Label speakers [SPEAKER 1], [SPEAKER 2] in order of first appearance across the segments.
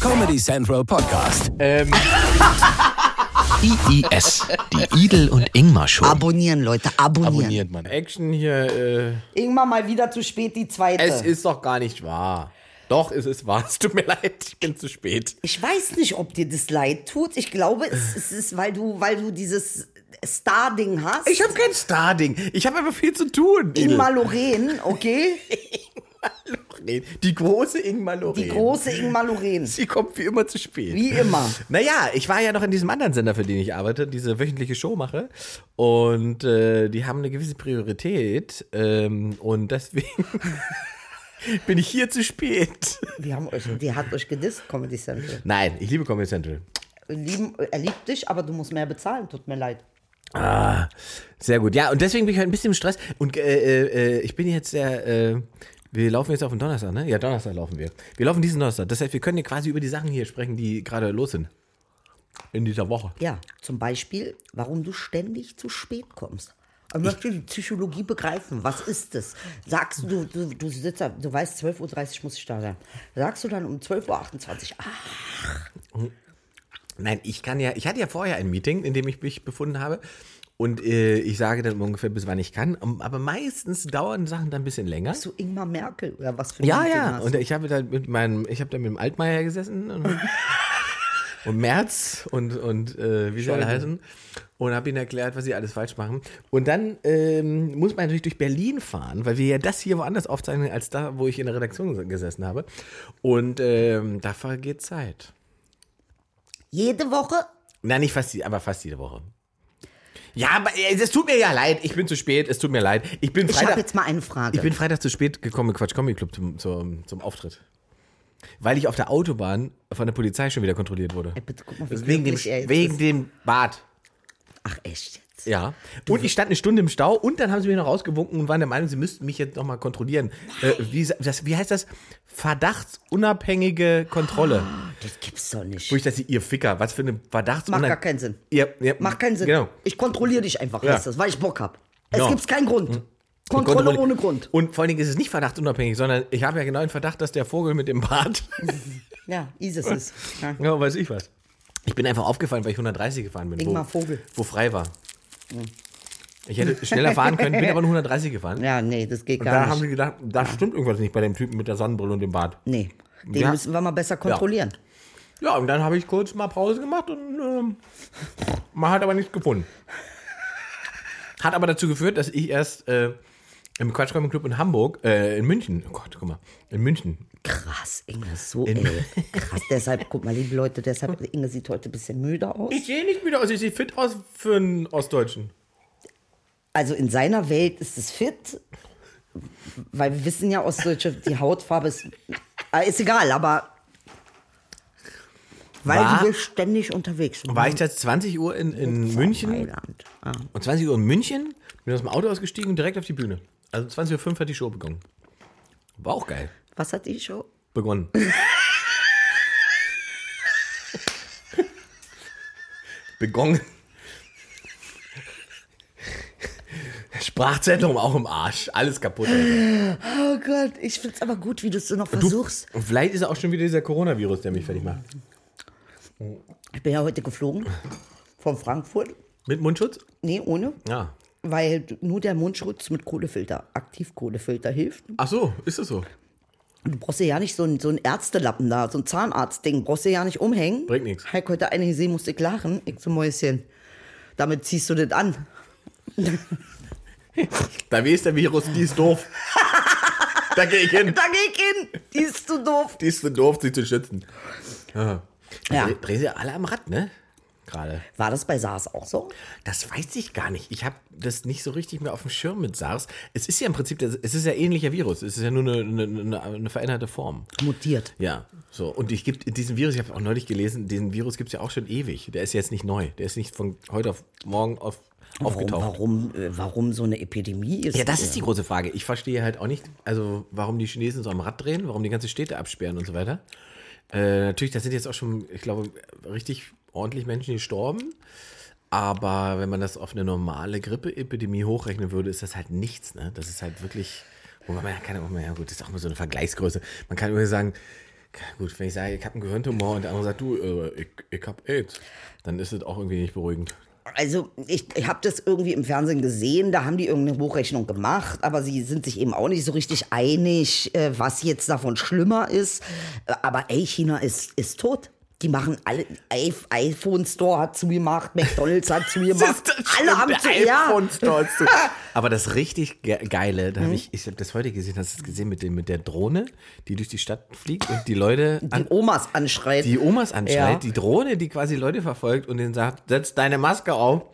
[SPEAKER 1] Comedy Central Podcast.
[SPEAKER 2] Ähm,
[SPEAKER 3] IIS, die Idel und Ingmar Show.
[SPEAKER 4] Abonnieren, Leute, abonnieren.
[SPEAKER 3] Abonniert man.
[SPEAKER 2] Action hier, äh,
[SPEAKER 4] Irgendwann mal wieder zu spät die zweite.
[SPEAKER 2] es ist doch gar nicht wahr. Doch, es ist wahr. Es tut mir leid, ich bin zu spät.
[SPEAKER 4] ich weiß nicht, ob dir das leid tut. Ich glaube, es, es ist, weil du, weil du dieses Star-Ding hast.
[SPEAKER 2] Ich habe kein Star-Ding. Ich habe einfach viel zu tun.
[SPEAKER 4] Ingmar Loreen, okay?
[SPEAKER 2] Lorraine. Die große Ingmar Lorraine.
[SPEAKER 4] Die große Ingmar Loreen.
[SPEAKER 2] Sie kommt wie immer zu spät.
[SPEAKER 4] Wie immer.
[SPEAKER 2] Naja, ich war ja noch in diesem anderen Sender, für den ich arbeite, diese wöchentliche Show mache. Und äh, die haben eine gewisse Priorität. Ähm, und deswegen bin ich hier zu spät.
[SPEAKER 4] Die, haben euch, die hat euch gedisst, Comedy Central.
[SPEAKER 2] Nein, ich liebe Comedy Central.
[SPEAKER 4] Lieben, er liebt dich, aber du musst mehr bezahlen. Tut mir leid.
[SPEAKER 2] Ah, sehr gut. Ja, und deswegen bin ich halt ein bisschen im Stress. Und äh, äh, ich bin jetzt sehr. Äh, wir laufen jetzt auf den Donnerstag, ne? Ja, Donnerstag laufen wir. Wir laufen diesen Donnerstag. Das heißt, wir können hier quasi über die Sachen hier sprechen, die gerade los sind. In dieser Woche.
[SPEAKER 4] Ja, zum Beispiel, warum du ständig zu spät kommst. Ich möchte die Psychologie begreifen. Was ist das? Sagst du, du, du sitzt da, du weißt, 12.30 Uhr muss ich da sein. Sagst du dann um 12.28 Uhr, ach,
[SPEAKER 2] Nein, ich kann ja, ich hatte ja vorher ein Meeting, in dem ich mich befunden habe. Und äh, ich sage dann ungefähr, bis wann ich kann. Um, Aber meistens dauern Sachen dann ein bisschen länger.
[SPEAKER 4] bist du Ingmar Merkel oder was für ein
[SPEAKER 2] ja,
[SPEAKER 4] Meeting
[SPEAKER 2] ja.
[SPEAKER 4] hast
[SPEAKER 2] Und
[SPEAKER 4] du?
[SPEAKER 2] ich habe dann mit meinem, ich habe dann mit dem Altmaier gesessen und, und Merz und, und äh, wie sie alle heißen. Und habe ihnen erklärt, was sie alles falsch machen. Und dann ähm, muss man natürlich durch Berlin fahren, weil wir ja das hier woanders aufzeichnen, als da, wo ich in der Redaktion gesessen habe. Und ähm, da vergeht Zeit.
[SPEAKER 4] Jede Woche?
[SPEAKER 2] Nein, nicht fast, je- aber fast jede Woche. Ja, aber äh, es tut mir ja leid. Ich bin zu spät. Es tut mir leid. Ich bin
[SPEAKER 4] Ich habe
[SPEAKER 2] Freitag.
[SPEAKER 4] jetzt mal eine Frage.
[SPEAKER 2] Ich bin Freitag zu spät gekommen, im Quatsch Comedy Club zum, zum, zum Auftritt. Weil ich auf der Autobahn von der Polizei schon wieder kontrolliert wurde.
[SPEAKER 4] Ey, bitte guck mal, wie
[SPEAKER 2] wegen dem,
[SPEAKER 4] glücklich er jetzt
[SPEAKER 2] wegen
[SPEAKER 4] ist.
[SPEAKER 2] dem Bad.
[SPEAKER 4] Ach, echt jetzt?
[SPEAKER 2] Ja. Und ich stand eine Stunde im Stau und dann haben sie mich noch rausgewunken und waren der Meinung, sie müssten mich jetzt nochmal kontrollieren. Äh, wie, sa- das, wie heißt das? Verdachtsunabhängige Kontrolle.
[SPEAKER 4] Das gibt's doch nicht.
[SPEAKER 2] Wo ich dachte, ihr Ficker, was für eine
[SPEAKER 4] Macht
[SPEAKER 2] Verdachtsunabhängige.
[SPEAKER 4] gar keinen Sinn.
[SPEAKER 2] Ja, ja,
[SPEAKER 4] Macht keinen Sinn.
[SPEAKER 2] Genau.
[SPEAKER 4] Ich kontrolliere dich
[SPEAKER 2] Ja.
[SPEAKER 4] einfach,
[SPEAKER 2] Genau. Hm.
[SPEAKER 4] heißt das, weil ich Bock hab. Es
[SPEAKER 2] Ja.
[SPEAKER 4] gibt keinen Grund. Kontrolle, ohne Grund.
[SPEAKER 2] Und vor allen Dingen ist es nicht verdachtunabhängig, sondern ich habe ja genau den Verdacht, dass der Vogel mit dem Bart.
[SPEAKER 4] Ja, Isis
[SPEAKER 2] Hm.
[SPEAKER 4] ist. Ja.
[SPEAKER 2] ja, weiß ich was. Ich bin einfach aufgefallen, weil ich 130 gefahren bin.
[SPEAKER 4] Ingmar Vogel. Hm.
[SPEAKER 2] Wo frei war. Ich hätte schneller fahren können, bin aber nur 130 gefahren.
[SPEAKER 4] ja, nee, das geht
[SPEAKER 2] und
[SPEAKER 4] gar
[SPEAKER 2] da
[SPEAKER 4] nicht.
[SPEAKER 2] haben sie gedacht, da stimmt irgendwas nicht bei dem Typen mit der Sonnenbrille und dem Bart.
[SPEAKER 4] Nee, den
[SPEAKER 2] Ja.
[SPEAKER 4] müssen wir mal besser kontrollieren.
[SPEAKER 2] Ja, und dann habe ich kurz mal Pause gemacht und ähm, man hat aber nichts gefunden. Hat aber dazu geführt, dass ich erst äh, im Quatsch Comedy Club in Hamburg, äh, in München, oh Gott, guck mal, in München
[SPEAKER 4] Krass, Inge, so ey. Krass, deshalb, guck mal, liebe Leute, deshalb, Inge sieht heute ein bisschen müde aus.
[SPEAKER 2] Ich sehe nicht müde aus, ich sehe fit aus für einen Ostdeutschen.
[SPEAKER 4] Also in seiner Welt ist es fit, weil wir wissen ja, Ostdeutsche, die Hautfarbe ist, äh, ist egal, aber weil
[SPEAKER 2] War-
[SPEAKER 4] du bist ständig unterwegs.
[SPEAKER 2] War ich da 20 Uhr in, in München?
[SPEAKER 4] Mailand. Ah.
[SPEAKER 2] Und 20 Um Uhr in München, bin aus dem Auto ausgestiegen und direkt auf die Bühne. Also 20.05 Uhr hat die Show begonnen. War auch geil.
[SPEAKER 4] Was hat die Show?
[SPEAKER 2] Begonnen. begonnen. Sprachzentrum auch im Arsch. Alles kaputt. Alter.
[SPEAKER 4] Oh Gott, ich find's aber gut, wie du es so noch
[SPEAKER 2] Du,
[SPEAKER 4] versuchst.
[SPEAKER 2] und vielleicht ist auch schon wieder dieser Coronavirus, der mich fertig macht.
[SPEAKER 4] Ich bin ja heute geflogen von Frankfurt.
[SPEAKER 2] Mit Mundschutz?
[SPEAKER 4] Nee, ohne.
[SPEAKER 2] Ja.
[SPEAKER 4] Weil nur der Mundschutz mit Kohlefilter, Aktivkohlefilter hilft.
[SPEAKER 2] Ach so, ist es so.
[SPEAKER 4] Du brauchst dir ja nicht so einen, so einen Ärztelappen da, so ein Zahnarztding, brauchst dir ja nicht umhängen.
[SPEAKER 2] Bringt nix.
[SPEAKER 4] Heiko heute eine gesehen, musste ich lachen. Ich so, Mäuschen, damit ziehst du das an.
[SPEAKER 2] Da weiß der Virus, die ist doof. da gehe ich hin.
[SPEAKER 4] Da geh ich hin, die ist zu doof.
[SPEAKER 2] Die ist zu doof, sie zu schützen. Ja.
[SPEAKER 4] Ja.
[SPEAKER 2] Dre- Drehen sie alle am Rad, ne? Gerade.
[SPEAKER 4] War das bei SARS auch so?
[SPEAKER 2] Das weiß ich gar nicht. Ich habe das nicht so richtig mehr auf dem Schirm mit SARS. Es ist ja im Prinzip, das- es ist ja ähnlicher Virus. Es ist ja nur eine, eine, eine, eine veränderte Form.
[SPEAKER 4] Mutiert.
[SPEAKER 2] Ja, so. Und ich gibt diesen Virus, ich habe auch neulich gelesen, diesen Virus gibt es ja auch schon ewig. Der ist jetzt nicht neu. Der ist nicht von heute auf morgen auf,
[SPEAKER 4] Warum,
[SPEAKER 2] aufgetaucht.
[SPEAKER 4] warum, äh, warum so eine Epidemie ist?
[SPEAKER 2] Ja, das ist die große Frage. Ich verstehe halt auch nicht, also warum die Chinesen so am Rad drehen, warum die ganze Städte absperren und so weiter. Äh, natürlich, da sind jetzt auch schon, ich glaube, richtig ordentlich Menschen gestorben. Aber wenn man das auf eine normale Grippeepidemie hochrechnen würde, ist das halt nichts. Ne? Das ist halt wirklich, wobei man ja kann, ja- ja gut, das ist auch mal so eine Vergleichsgröße. Man kann immer sagen, Gut, wenn ich sage, ich habe einen Gehirntumor und der andere sagt, du, äh, ich, ich habe AIDS, dann ist das auch irgendwie nicht beruhigend.
[SPEAKER 4] Also ich, ich habe das irgendwie im Fernsehen gesehen, da haben die irgendeine Hochrechnung gemacht, aber sie sind sich eben auch nicht so richtig einig, äh, was jetzt davon schlimmer ist. Äh, Aber ey, China ist, ist tot. Die machen alle, I- iPhone Store hat zugemacht, McDonalds hat zugemacht, alle haben zu, ja.
[SPEAKER 2] stolz. Aber das richtig ge geile,
[SPEAKER 4] Mhm.
[SPEAKER 2] da habe ich, ich habe das heute gesehen, hast du es gesehen mit, dem, mit der Drohne, die durch die Stadt fliegt und die Leute
[SPEAKER 4] Die
[SPEAKER 2] an,
[SPEAKER 4] Omas anschreien.
[SPEAKER 2] die Omas anschreit,
[SPEAKER 4] Ja.
[SPEAKER 2] die Drohne, die quasi Leute verfolgt und denen sagt, setz deine Maske auf. Und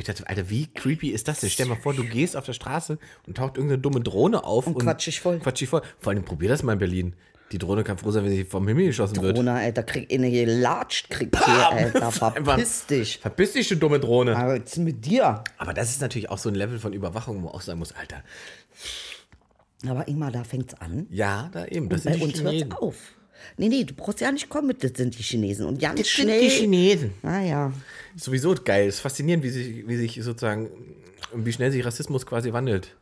[SPEAKER 2] ich dachte, Alter, wie creepy ist das denn? Stell dir mal vor, du gehst auf der Straße und taucht irgendeine dumme Drohne auf und,
[SPEAKER 4] quatsch dich voll.
[SPEAKER 2] Quatsch dich voll. Vor allem probier das mal in Berlin. Die Drohne kann froh sein, wenn sie vom Himmel geschossen wird.
[SPEAKER 4] Corona, Alter, krieg in gelatscht, kriegt ihr, Alter, verpiss dich.
[SPEAKER 2] Verpiss dich, du dumme Drohne.
[SPEAKER 4] Aber jetzt mit dir.
[SPEAKER 2] Aber das ist natürlich auch so ein Level von Überwachung, wo man auch sagen muss, Alter,
[SPEAKER 4] Aber Ingmar, da fängt's an.
[SPEAKER 2] ja, da eben. Das
[SPEAKER 4] Bei
[SPEAKER 2] sind die
[SPEAKER 4] uns
[SPEAKER 2] Chinesen.
[SPEAKER 4] hört's auf. Nee, nee, du brauchst ja nicht kommen mit, das sind die Chinesen. Und ganz
[SPEAKER 2] Das sind
[SPEAKER 4] schnell. Ah,
[SPEAKER 2] die Chinesen.
[SPEAKER 4] Naja.
[SPEAKER 2] Ist sowieso geil. Ist faszinierend, wie sich, wie sich sozusagen, wie schnell sich Rassismus quasi wandelt.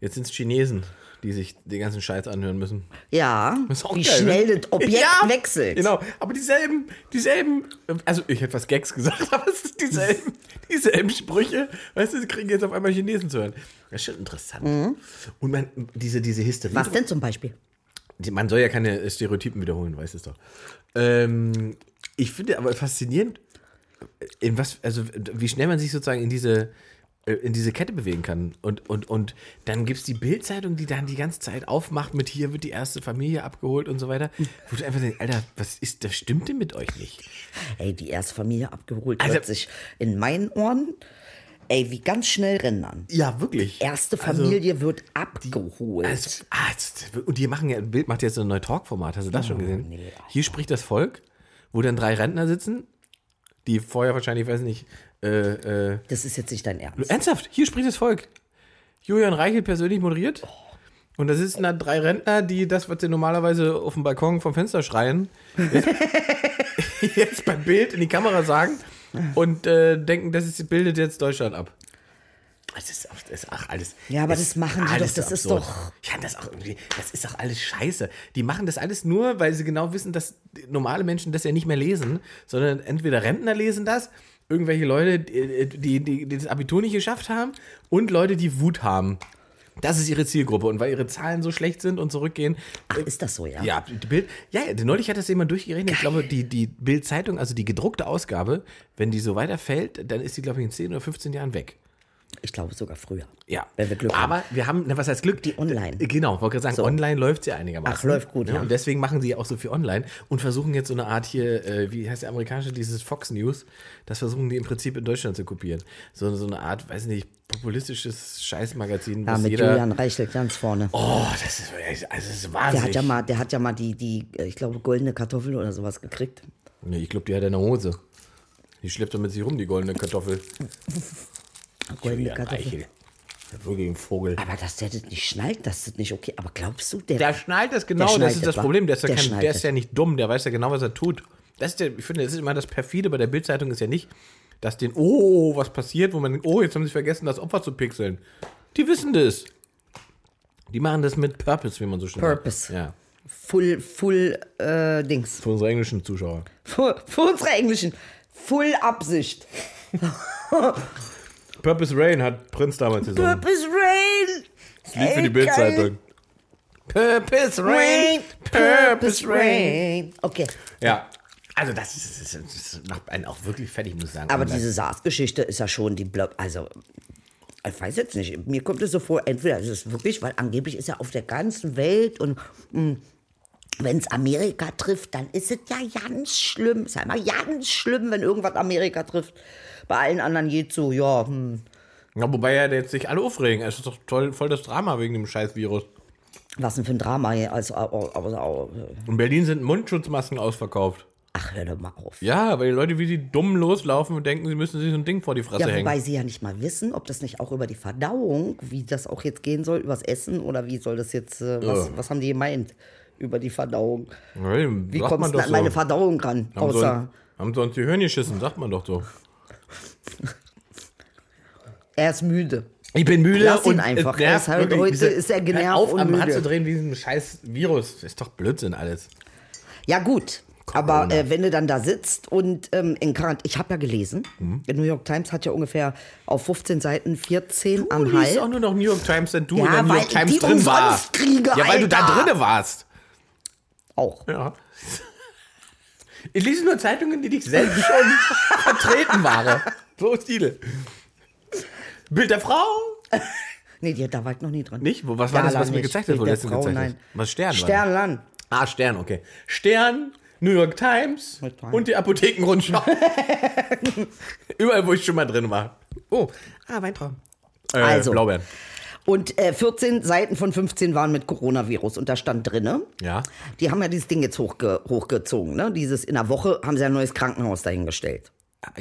[SPEAKER 2] Jetzt sind es Chinesen, die sich den ganzen Scheiß anhören müssen.
[SPEAKER 4] Ja,
[SPEAKER 2] Ist auch
[SPEAKER 4] wie
[SPEAKER 2] geil,
[SPEAKER 4] schnell
[SPEAKER 2] ne?
[SPEAKER 4] das Objekt
[SPEAKER 2] Ja,
[SPEAKER 4] wechselt.
[SPEAKER 2] Genau, aber dieselben, dieselben, also ich hätte was Gags gesagt, aber es ist dieselben, dieselben Sprüche. Weißt du, sie kriegen jetzt auf einmal Chinesen zu hören. Das ist schon interessant. Und man, diese, diese Hysterie.
[SPEAKER 4] Mhm. Was denn zum Beispiel?
[SPEAKER 2] Die- Man soll ja keine Stereotypen wiederholen, weißt es doch. Ähm, ich finde aber faszinierend, in was, also wie schnell man sich sozusagen in diese äh, in diese Kette bewegen kann. Und, und, und dann gibt es die Bildzeitung, die dann die ganze Zeit aufmacht mit hier wird die erste Familie abgeholt und so weiter. Wo du einfach denkst, Alter, was ist, das stimmt denn mit euch nicht?
[SPEAKER 4] Ey, die erste Familie abgeholt
[SPEAKER 2] Also-
[SPEAKER 4] hört sich in meinen Ohren. Ey, wie ganz schnell rendern.
[SPEAKER 2] Ja, wirklich.
[SPEAKER 4] Erste
[SPEAKER 2] Also-
[SPEAKER 4] Familie wird abgeholt.
[SPEAKER 2] Also, ah, das- und die machen ja, Bild macht jetzt so ein neues Talkformat. Hast du das schon gesehen? Hier spricht das Volk, wo dann drei Rentner sitzen, die vorher wahrscheinlich, weiß nicht, äh, äh,
[SPEAKER 4] das ist jetzt nicht dein Ernst.
[SPEAKER 2] ernsthaft, hier spricht das Volk. Julian Reichel persönlich moderiert. Und da sitzen da drei Rentner, die das, was sie normalerweise auf dem Balkon vom Fenster schreien, jetzt, jetzt beim Bild in die Kamera sagen und äh, denken, das ist, bildet jetzt Deutschland ab. Das ist, auch- das ist auch alles.
[SPEAKER 4] Ja, aber
[SPEAKER 2] es
[SPEAKER 4] das
[SPEAKER 2] ist
[SPEAKER 4] machen die
[SPEAKER 2] alles
[SPEAKER 4] doch, das ist
[SPEAKER 2] absurd.
[SPEAKER 4] doch-
[SPEAKER 2] Ich kann das auch irgendwie. Das ist doch alles scheiße. Die machen das alles nur, weil sie genau wissen, dass normale Menschen das ja nicht mehr lesen, sondern entweder Rentner lesen das, irgendwelche Leute, die, die, die, die das Abitur nicht geschafft haben und Leute, die Wut haben. Das ist ihre Zielgruppe. Und weil ihre Zahlen so schlecht sind und zurückgehen,
[SPEAKER 4] Ach, ist das so, ja?
[SPEAKER 2] äh, ja, die Bild. Ja, ja, neulich hat das jemand durchgerechnet. Ich glaube, die, die Bild-Zeitung, also die gedruckte Ausgabe, wenn die so weiterfällt, dann ist die, glaube ich, in 10 oder 15 Jahren weg.
[SPEAKER 4] Ich glaube sogar früher.
[SPEAKER 2] Ja.
[SPEAKER 4] Wenn wir Glück
[SPEAKER 2] Aber wir haben, na, was heißt Glück? Die
[SPEAKER 4] online.
[SPEAKER 2] Genau, wollte gerade sagen, online läuft ja einigermaßen. Ne?
[SPEAKER 4] Ach, läuft gut, ja.
[SPEAKER 2] Und deswegen machen sie ja auch so viel online und versuchen jetzt so eine Art hier, äh, wie heißt der amerikanische, dieses Fox News, das versuchen die im Prinzip in Deutschland zu kopieren. So, so eine Art, weiß nicht, populistisches Scheißmagazin,
[SPEAKER 4] Ja,
[SPEAKER 2] was
[SPEAKER 4] mit
[SPEAKER 2] jeder.
[SPEAKER 4] Julian Reichel ganz vorne.
[SPEAKER 2] Oh, das ist, also, das ist
[SPEAKER 4] der
[SPEAKER 2] wahnsinnig.
[SPEAKER 4] hat ja mal, der hat ja mal die, die, äh, ich glaube, goldene Kartoffel oder sowas gekriegt.
[SPEAKER 2] Nee, ich glaube, die hat er in der Hose. Die schleppt damit sich rum, die goldene Kartoffel.
[SPEAKER 4] Goldene
[SPEAKER 2] Julian
[SPEAKER 4] Kartoffel.
[SPEAKER 2] Reichel. Ja, Wirklich ein Vogel.
[SPEAKER 4] Aber dass der das nicht schnallt, das ist nicht okay. Aber glaubst du, der.
[SPEAKER 2] Der schnallt das genau,
[SPEAKER 4] schnallt
[SPEAKER 2] das ist das
[SPEAKER 4] wa?
[SPEAKER 2] Problem. Der ist, ja kein,
[SPEAKER 4] schnallt
[SPEAKER 2] der ist
[SPEAKER 4] es.
[SPEAKER 2] ja nicht dumm, der weiß ja genau, was er tut. Das ist der, ich finde, das ist immer das Perfide bei der Bildzeitung ist ja nicht, dass den, oh, was passiert, wo man denkt, oh, jetzt haben sie vergessen, das Opfer zu pixeln. Die wissen das. Die machen das mit Purpose, wie man so schön
[SPEAKER 4] Purpose.
[SPEAKER 2] sagt. Ja.
[SPEAKER 4] Full, full, äh, Dings.
[SPEAKER 2] Für unsere englischen Zuschauer.
[SPEAKER 4] Für, für unsere Englischen. Full Absicht.
[SPEAKER 2] Purpose Rain hat Prinz damals gesungen.
[SPEAKER 4] Purpose Rain.
[SPEAKER 2] Das Lied für
[SPEAKER 4] Ey,
[SPEAKER 2] die Bildzeitung. Purpose Rain, Purpose Rain.
[SPEAKER 4] Okay.
[SPEAKER 2] Ja. Also das, ist, das, ist, das macht einen auch wirklich fertig, muss ich sagen.
[SPEAKER 4] Aber
[SPEAKER 2] Online.
[SPEAKER 4] diese SARS-Geschichte ist ja schon die Block. Also, ich weiß jetzt nicht. Mir kommt es so vor, entweder ist es wirklich, weil angeblich ist ja auf der ganzen Welt und wenn es Amerika trifft, dann ist es ja ganz schlimm. Ist ja immer ganz schlimm, wenn irgendwas Amerika trifft. Bei allen anderen geht so, ja, hm,
[SPEAKER 2] Ja, wobei ja jetzt sich alle aufregen. Es ist doch toll, voll das Drama wegen dem scheiß Virus.
[SPEAKER 4] was denn für ein Drama hier. Also, au- au- au-
[SPEAKER 2] In Berlin sind Mundschutzmasken ausverkauft.
[SPEAKER 4] ach, hör doch mal auf.
[SPEAKER 2] Ja, weil die Leute wie die dummen loslaufen und denken, sie müssen sich so ein Ding vor die Fresse
[SPEAKER 4] Ja, wobei
[SPEAKER 2] hängen.
[SPEAKER 4] sie ja nicht mal wissen, ob das nicht auch über die Verdauung, wie das auch jetzt gehen soll, übers Essen oder wie soll das jetzt, äh, was,
[SPEAKER 2] Ja.
[SPEAKER 4] was haben die gemeint über die Verdauung?
[SPEAKER 2] Hey,
[SPEAKER 4] Wie
[SPEAKER 2] sagt
[SPEAKER 4] kommt
[SPEAKER 2] man
[SPEAKER 4] es
[SPEAKER 2] doch
[SPEAKER 4] an meine
[SPEAKER 2] so.
[SPEAKER 4] Verdauung ran?
[SPEAKER 2] haben, so ein,
[SPEAKER 4] Außer
[SPEAKER 2] haben sonst die Hirn geschissen, sagt man doch so.
[SPEAKER 4] er ist müde.
[SPEAKER 2] Ich bin müde
[SPEAKER 4] Lass ihn
[SPEAKER 2] und
[SPEAKER 4] einfach.
[SPEAKER 2] es
[SPEAKER 4] Er
[SPEAKER 2] nervt
[SPEAKER 4] ist halt
[SPEAKER 2] wirklich.
[SPEAKER 4] heute-
[SPEAKER 2] Diese-
[SPEAKER 4] ist er
[SPEAKER 2] Hört
[SPEAKER 4] genervt
[SPEAKER 2] Auf,
[SPEAKER 4] und
[SPEAKER 2] am Rad
[SPEAKER 4] müde.
[SPEAKER 2] zu drehen wie diesem scheiß Virus. Ist doch Blödsinn alles.
[SPEAKER 4] Ja, gut. Aber äh, wenn du dann da sitzt und ähm, in Quarant ich habe ja gelesen,
[SPEAKER 2] Mhm.
[SPEAKER 4] die New York Times hat ja ungefähr auf 15 Seiten 14 am
[SPEAKER 2] Du liest auch
[SPEAKER 4] Hals.
[SPEAKER 2] nur noch New York Times, denn du
[SPEAKER 4] Ja,
[SPEAKER 2] in der New
[SPEAKER 4] weil
[SPEAKER 2] York
[SPEAKER 4] ich
[SPEAKER 2] Times
[SPEAKER 4] die
[SPEAKER 2] drin warst.
[SPEAKER 4] umsonst kriege,
[SPEAKER 2] ja, weil du da
[SPEAKER 4] Alter.
[SPEAKER 2] drinne warst.
[SPEAKER 4] Auch.
[SPEAKER 2] Ja. Ich lese nur Zeitungen, die ich selbst schon vertreten war. So ist Titel. Bild der Frau?
[SPEAKER 4] Nee, die, da war ich noch nie dran.
[SPEAKER 2] Nicht? Wo- was war das, was mir gezeigt hat, wo letztens gezeigt hat? Was, Stern war das?
[SPEAKER 4] Sternland.
[SPEAKER 2] Ah, Stern, okay. Stern, New York Times
[SPEAKER 4] Mit rein.
[SPEAKER 2] und die Apothekenrundschau. Überall, wo ich schon mal drin war. Oh, ah, Weintraum. Äh,
[SPEAKER 4] Also.
[SPEAKER 2] Blaubeeren.
[SPEAKER 4] Und äh, 14 Seiten von 15 waren mit Coronavirus und da stand drinne.
[SPEAKER 2] Ja.
[SPEAKER 4] Die haben ja dieses Ding jetzt hochge hochgezogen, ne? Dieses in der Woche haben sie ein neues Krankenhaus dahingestellt.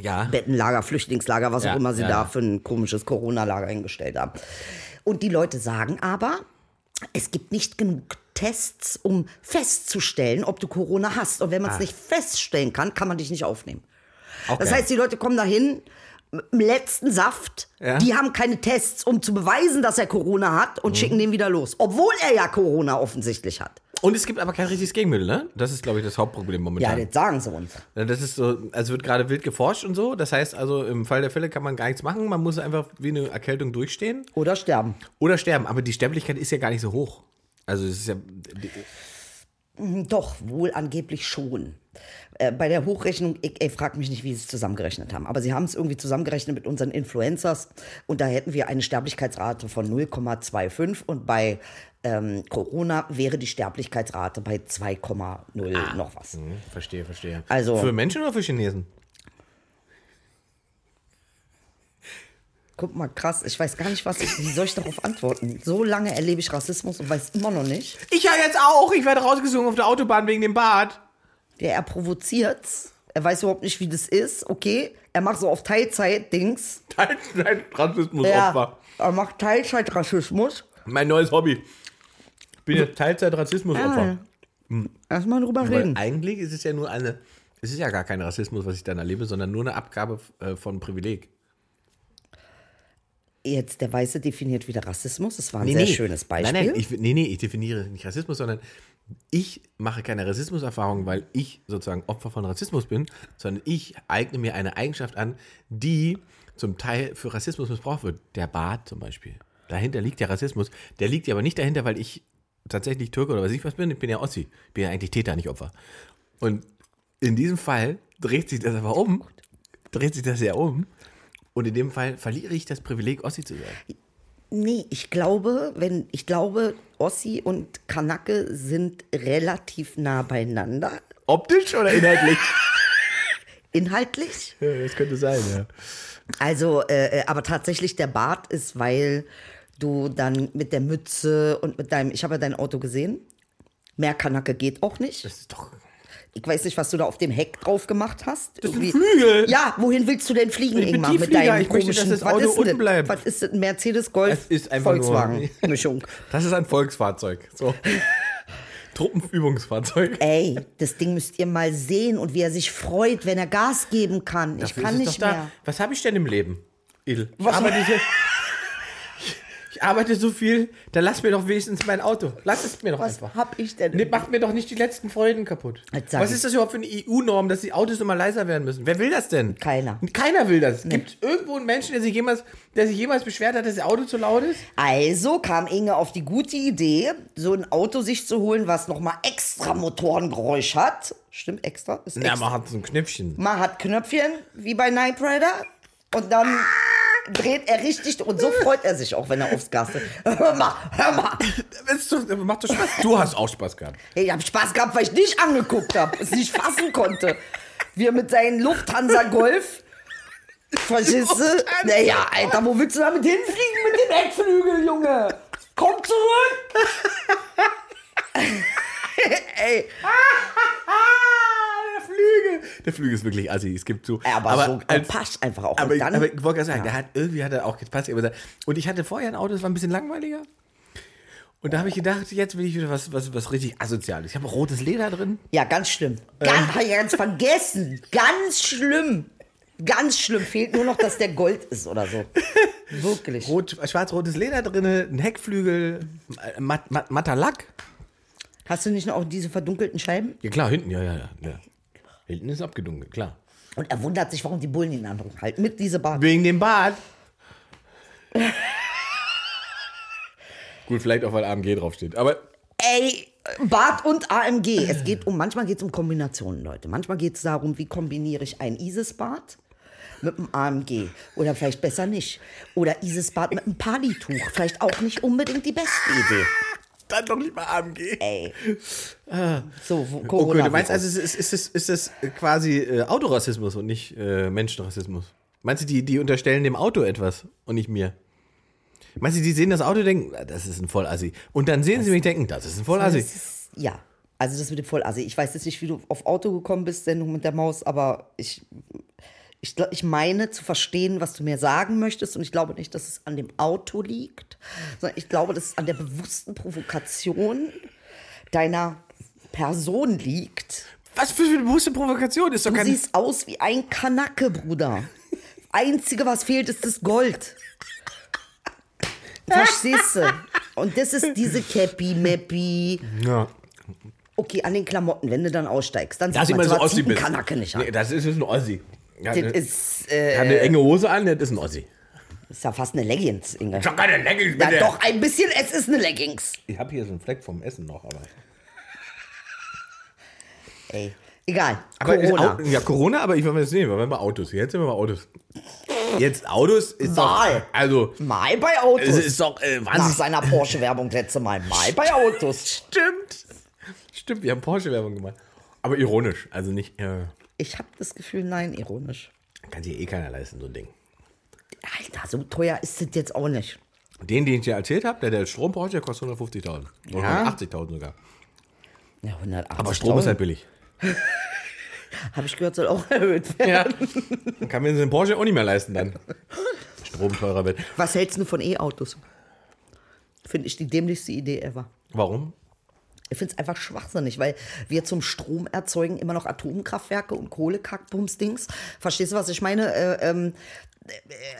[SPEAKER 2] Ja.
[SPEAKER 4] Bettenlager, Flüchtlingslager, was
[SPEAKER 2] Ja,
[SPEAKER 4] auch immer sie
[SPEAKER 2] ja,
[SPEAKER 4] da
[SPEAKER 2] ja.
[SPEAKER 4] für ein komisches Corona-Lager hingestellt haben. Und die Leute sagen aber, es gibt nicht genug Tests, um festzustellen, ob du Corona hast. Und wenn man es nicht feststellen kann, kann man dich nicht aufnehmen.
[SPEAKER 2] Ah. Okay.
[SPEAKER 4] Das heißt, die Leute kommen dahin mit dem letzten Saft.
[SPEAKER 2] Ja. Mhm.
[SPEAKER 4] Die haben keine Tests, um zu beweisen, dass er Corona hat und schicken den wieder los. Obwohl er ja Corona offensichtlich hat.
[SPEAKER 2] und es gibt aber kein richtiges Gegenmittel, ne? Das ist, glaube ich, das Hauptproblem
[SPEAKER 4] Ja,
[SPEAKER 2] momentan.
[SPEAKER 4] das sagen sie uns.
[SPEAKER 2] Ja, Das ist so, also wird gerade wild geforscht und so. Das heißt also, im Fall der Fälle kann man gar nichts machen. Man muss einfach wie eine Erkältung durchstehen
[SPEAKER 4] Oder sterben.
[SPEAKER 2] oder sterben. Aber die Sterblichkeit ist ja gar nicht so hoch. Also es ist ja. die-
[SPEAKER 4] Doch, wohl angeblich schon. Äh, bei der Hochrechnung, ich, ich frage mich nicht, wie sie es zusammengerechnet haben, aber sie haben es irgendwie zusammengerechnet mit unseren Influencers und da hätten wir eine Sterblichkeitsrate von 0,25 und bei ähm, Corona wäre die Sterblichkeitsrate bei 2,0 noch was.
[SPEAKER 2] Hm, verstehe, verstehe.
[SPEAKER 4] Also-
[SPEAKER 2] für Menschen oder für Chinesen?
[SPEAKER 4] Guck mal, krass, ich weiß gar nicht, was ich, wie soll ich darauf antworten? So lange erlebe ich Rassismus und weiß immer noch nicht.
[SPEAKER 2] Ich ja jetzt auch. Ich werde rausgesungen auf der Autobahn wegen dem Bart.
[SPEAKER 4] Der er provoziert's, er weiß überhaupt nicht, wie das ist, okay, er macht so auf Teilzeit-Dings.
[SPEAKER 2] Dein, dein
[SPEAKER 4] Ja,
[SPEAKER 2] Rassismusopfer.
[SPEAKER 4] er macht Teilzeitrassismus.
[SPEAKER 2] Mein neues Hobby. Ich bin jetzt Teilzeit-Rassismusopfer.
[SPEAKER 4] Erstmal drüber
[SPEAKER 2] Weil
[SPEAKER 4] reden.
[SPEAKER 2] eigentlich ist es ja nur eine. Es ist ja gar kein Rassismus, was ich dann erlebe, sondern nur eine Abgabe äh, von Privileg.
[SPEAKER 4] Jetzt der Weiße definiert wieder Rassismus. Das war ein sehr schönes Beispiel.
[SPEAKER 2] Nein, nein, ich, nee, nee, ich definiere nicht Rassismus, sondern ich mache keine Rassismuserfahrung, weil ich sozusagen Opfer von Rassismus bin, sondern ich eigne mir eine Eigenschaft an, die zum Teil für Rassismus missbraucht wird. Der Bart zum Beispiel. Dahinter liegt der Rassismus. Der liegt ja aber nicht dahinter, weil ich tatsächlich Türke oder weiß ich was bin. Ich bin ja Ossi. Ich bin ja eigentlich Täter, nicht Opfer. Und in diesem Fall dreht sich das aber
[SPEAKER 4] Oh
[SPEAKER 2] um. Dreht sich das ja um. Und in dem Fall verliere ich das Privileg, Ossi zu sein.
[SPEAKER 4] nee, ich glaube, wenn ich glaube, Ossi und Kanake sind relativ nah beieinander.
[SPEAKER 2] Optisch oder inhaltlich?
[SPEAKER 4] Inhaltlich.
[SPEAKER 2] Ja, Das könnte sein, ja.
[SPEAKER 4] Also, äh, äh, aber tatsächlich der Bart ist, weil du dann mit der Mütze und mit deinem, ich habe ja dein Auto gesehen. Mehr Kanake geht auch nicht.
[SPEAKER 2] Das ist doch.
[SPEAKER 4] Ich weiß nicht, was du da auf dem Heck drauf gemacht hast.
[SPEAKER 2] Das sind
[SPEAKER 4] Irgendwie-
[SPEAKER 2] Flügel.
[SPEAKER 4] Ja, wohin willst du denn fliegen,
[SPEAKER 2] Ich bin
[SPEAKER 4] Ingmar? Mit
[SPEAKER 2] Tiefflieger.
[SPEAKER 4] deinem
[SPEAKER 2] Ich möchte, dass
[SPEAKER 4] komischen,
[SPEAKER 2] das Auto
[SPEAKER 4] was ist denn
[SPEAKER 2] unten bleibt.
[SPEAKER 4] Was ist denn Mercedes
[SPEAKER 2] Es
[SPEAKER 4] Golf
[SPEAKER 2] ist einfach nur-
[SPEAKER 4] Volkswagen Mischung?
[SPEAKER 2] Das ist ein Volksfahrzeug. So. Truppenübungsfahrzeug.
[SPEAKER 4] Ey, das Ding müsst ihr mal sehen und wie er sich freut, wenn er Gas geben kann. Ich
[SPEAKER 2] Dafür
[SPEAKER 4] kann
[SPEAKER 2] ist es
[SPEAKER 4] nicht
[SPEAKER 2] doch da.
[SPEAKER 4] mehr.
[SPEAKER 2] Was habe ich denn im Leben? Edel. Ich
[SPEAKER 4] Was-
[SPEAKER 2] arbeite hier. Ich arbeite so viel, dann lass mir doch wenigstens mein Auto. Lass es mir doch
[SPEAKER 4] Was
[SPEAKER 2] einfach.
[SPEAKER 4] hab ich denn?
[SPEAKER 2] Nee, mach mir doch nicht die letzten Freuden kaputt.
[SPEAKER 4] Jetzt sag
[SPEAKER 2] Was
[SPEAKER 4] ich-
[SPEAKER 2] ist das überhaupt für eine EU-Norm, dass die Autos immer leiser werden müssen? Wer will das denn?
[SPEAKER 4] Keiner.
[SPEAKER 2] Keiner will das. Gibt irgendwo einen Menschen, der sich jemals, der sich jemals beschwert hat, dass das Auto zu laut ist?
[SPEAKER 4] Also kam Inge auf die gute Idee, so ein Auto sich zu holen, was nochmal extra Motorengeräusch hat. Stimmt, extra? Ist extra.
[SPEAKER 2] Ja, man hat so ein Knöpfchen.
[SPEAKER 4] Man hat Knöpfchen, wie bei Knight Rider. Und dann dreht er richtig und so freut er sich auch, wenn er aufs Gas geht. Hör mal, hör mal.
[SPEAKER 2] Es ist doch- äh, macht doch Spaß. Du hast auch Spaß gehabt.
[SPEAKER 4] Hey, ich habe Spaß gehabt, weil ich nicht angeguckt habe, es nicht fassen konnte. Wir mit seinem Lufthansa Golf. Verstehst du? Naja, Alter, wo willst du damit hinfliegen mit dem Heckflügel, Junge? Komm zurück! Ey,
[SPEAKER 2] Ah, der Flügel. Der Flügel ist wirklich assi, es gibt zu.
[SPEAKER 4] aber, so passt einfach auch.
[SPEAKER 2] Aber,
[SPEAKER 4] und
[SPEAKER 2] ich-
[SPEAKER 4] dann,
[SPEAKER 2] aber ich wollte gerade sagen, der hat, irgendwie hat er auch gepasst. Aber da- Und ich hatte vorher ein Auto, das war ein bisschen langweiliger. Und da habe ich gedacht, jetzt will ich wieder was, was, was richtig Asoziales. Ich habe rotes Leder drin.
[SPEAKER 4] Ja, ganz schlimm.
[SPEAKER 2] Äh.
[SPEAKER 4] Ganz, hab ich ganz vergessen. Ganz schlimm. Ganz schlimm. Fehlt nur noch, dass der Gold ist oder so. Wirklich.
[SPEAKER 2] Rot, schwarz-rotes Leder drin, ein Heckflügel, äh, matt, matt, matter Lack.
[SPEAKER 4] Hast du nicht noch diese verdunkelten Scheiben?
[SPEAKER 2] Ja, klar, hinten, ja, ja, ja, ja. Hinten ist abgedunkelt, klar.
[SPEAKER 4] Und er wundert sich, warum die Bullen ihn anrufen. Halt mit dieser Bahn.
[SPEAKER 2] Wegen dem Bad. Gut, vielleicht auch, weil AMG draufsteht. Aber
[SPEAKER 4] Ey, Bart und AMG. Es geht um, manchmal geht es um Kombinationen, Leute. Manchmal geht es darum, wie kombiniere ich ein ISIS-Bart mit einem AMG. Oder vielleicht besser nicht. Oder ISIS-Bart mit einem Palituch. Vielleicht auch nicht unbedingt die beste Idee.
[SPEAKER 2] dann doch lieber AMG.
[SPEAKER 4] Ey. So, wo-
[SPEAKER 2] Oh,
[SPEAKER 4] Corona.
[SPEAKER 2] okay, du meinst also, es ist, ist, ist, ist das quasi äh, Autorassismus und nicht äh, Menschenrassismus? Meinst du, die, die unterstellen dem Auto etwas und nicht mir? Meinst du, die sehen das Auto und denken, "Ah, das ist ein Vollassi. Und dann sehen sie mich und denken, das ist ein Vollassi.
[SPEAKER 4] Das ist- Ja. Also das mit dem Vollassi. Ich weiß jetzt nicht, wie du auf Auto gekommen bist, Sendung mit der Maus, aber ich, ich, gl- ich meine zu verstehen, was du mir sagen möchtest. Und ich glaube nicht, dass es an dem Auto liegt, sondern ich glaube, dass es an der bewussten Provokation deiner Person liegt.
[SPEAKER 2] Was für eine bewusste Provokation? Ist doch
[SPEAKER 4] Du siehst aus wie ein Kanacke, Bruder. Einzige, was fehlt, ist das Gold. Verstehst du? Und das ist diese Cappy, Mappy.
[SPEAKER 2] Ja.
[SPEAKER 4] Okay, an den Klamotten, wenn du dann aussteigst, dann
[SPEAKER 2] Das sieht man so
[SPEAKER 4] zwar,
[SPEAKER 2] aus wie
[SPEAKER 4] zieht ein
[SPEAKER 2] bist.
[SPEAKER 4] Kanacke nicht an.
[SPEAKER 2] Nee, das ist ein Ossi. Ja, ne,
[SPEAKER 4] das ist, äh,
[SPEAKER 2] Hat eine enge Hose an, das ist ein Ossi.
[SPEAKER 4] ist ja fast eine Leggings, Inge.
[SPEAKER 2] doch keine Leggings,
[SPEAKER 4] Ja, doch, ein bisschen, es ist eine Leggings.
[SPEAKER 2] Ich habe hier so einen Fleck vom Essen noch, aber.
[SPEAKER 4] Ey, egal.
[SPEAKER 2] aber
[SPEAKER 4] Corona.
[SPEAKER 2] Corona. ja, Corona, aber ich will mal das nehmen, wir waren bei Autos. Jetzt sind wir bei Autos. Jetzt Autos ist
[SPEAKER 4] Mal.
[SPEAKER 2] doch. Also,
[SPEAKER 4] mal bei Autos.
[SPEAKER 2] es ist doch äh,
[SPEAKER 4] Nach
[SPEAKER 2] wahnsinnig.
[SPEAKER 4] seiner Porsche-Werbung letzte Mal. Mal bei Autos.
[SPEAKER 2] Stimmt. Stimmt, wir haben Porsche-Werbung gemacht. Aber ironisch, also nicht. Äh,
[SPEAKER 4] Ich habe das Gefühl, nein, ironisch.
[SPEAKER 2] kann sich eh keiner leisten, so ein Ding.
[SPEAKER 4] Alter, so teuer ist das jetzt auch nicht.
[SPEAKER 2] Den, den ich dir erzählt habe, der, der Strom der kostet 150.000. Oder
[SPEAKER 4] Ja.
[SPEAKER 2] 180.000 sogar.
[SPEAKER 4] Ja, 180
[SPEAKER 2] Aber Strom ist halt billig.
[SPEAKER 4] Habe ich gehört, soll auch erhöht werden.
[SPEAKER 2] Ja. Dann kann mir den Porsche auch nicht mehr leisten dann. Strom teurer wird.
[SPEAKER 4] Was hältst du von E-Autos? Finde ich die dämlichste Idee ever.
[SPEAKER 2] Warum?
[SPEAKER 4] Ich finde es einfach schwachsinnig, weil wir zum Strom erzeugen immer noch Atomkraftwerke und Kohlekackbums-Dings. Verstehst du, was ich meine? Äh, ähm, äh,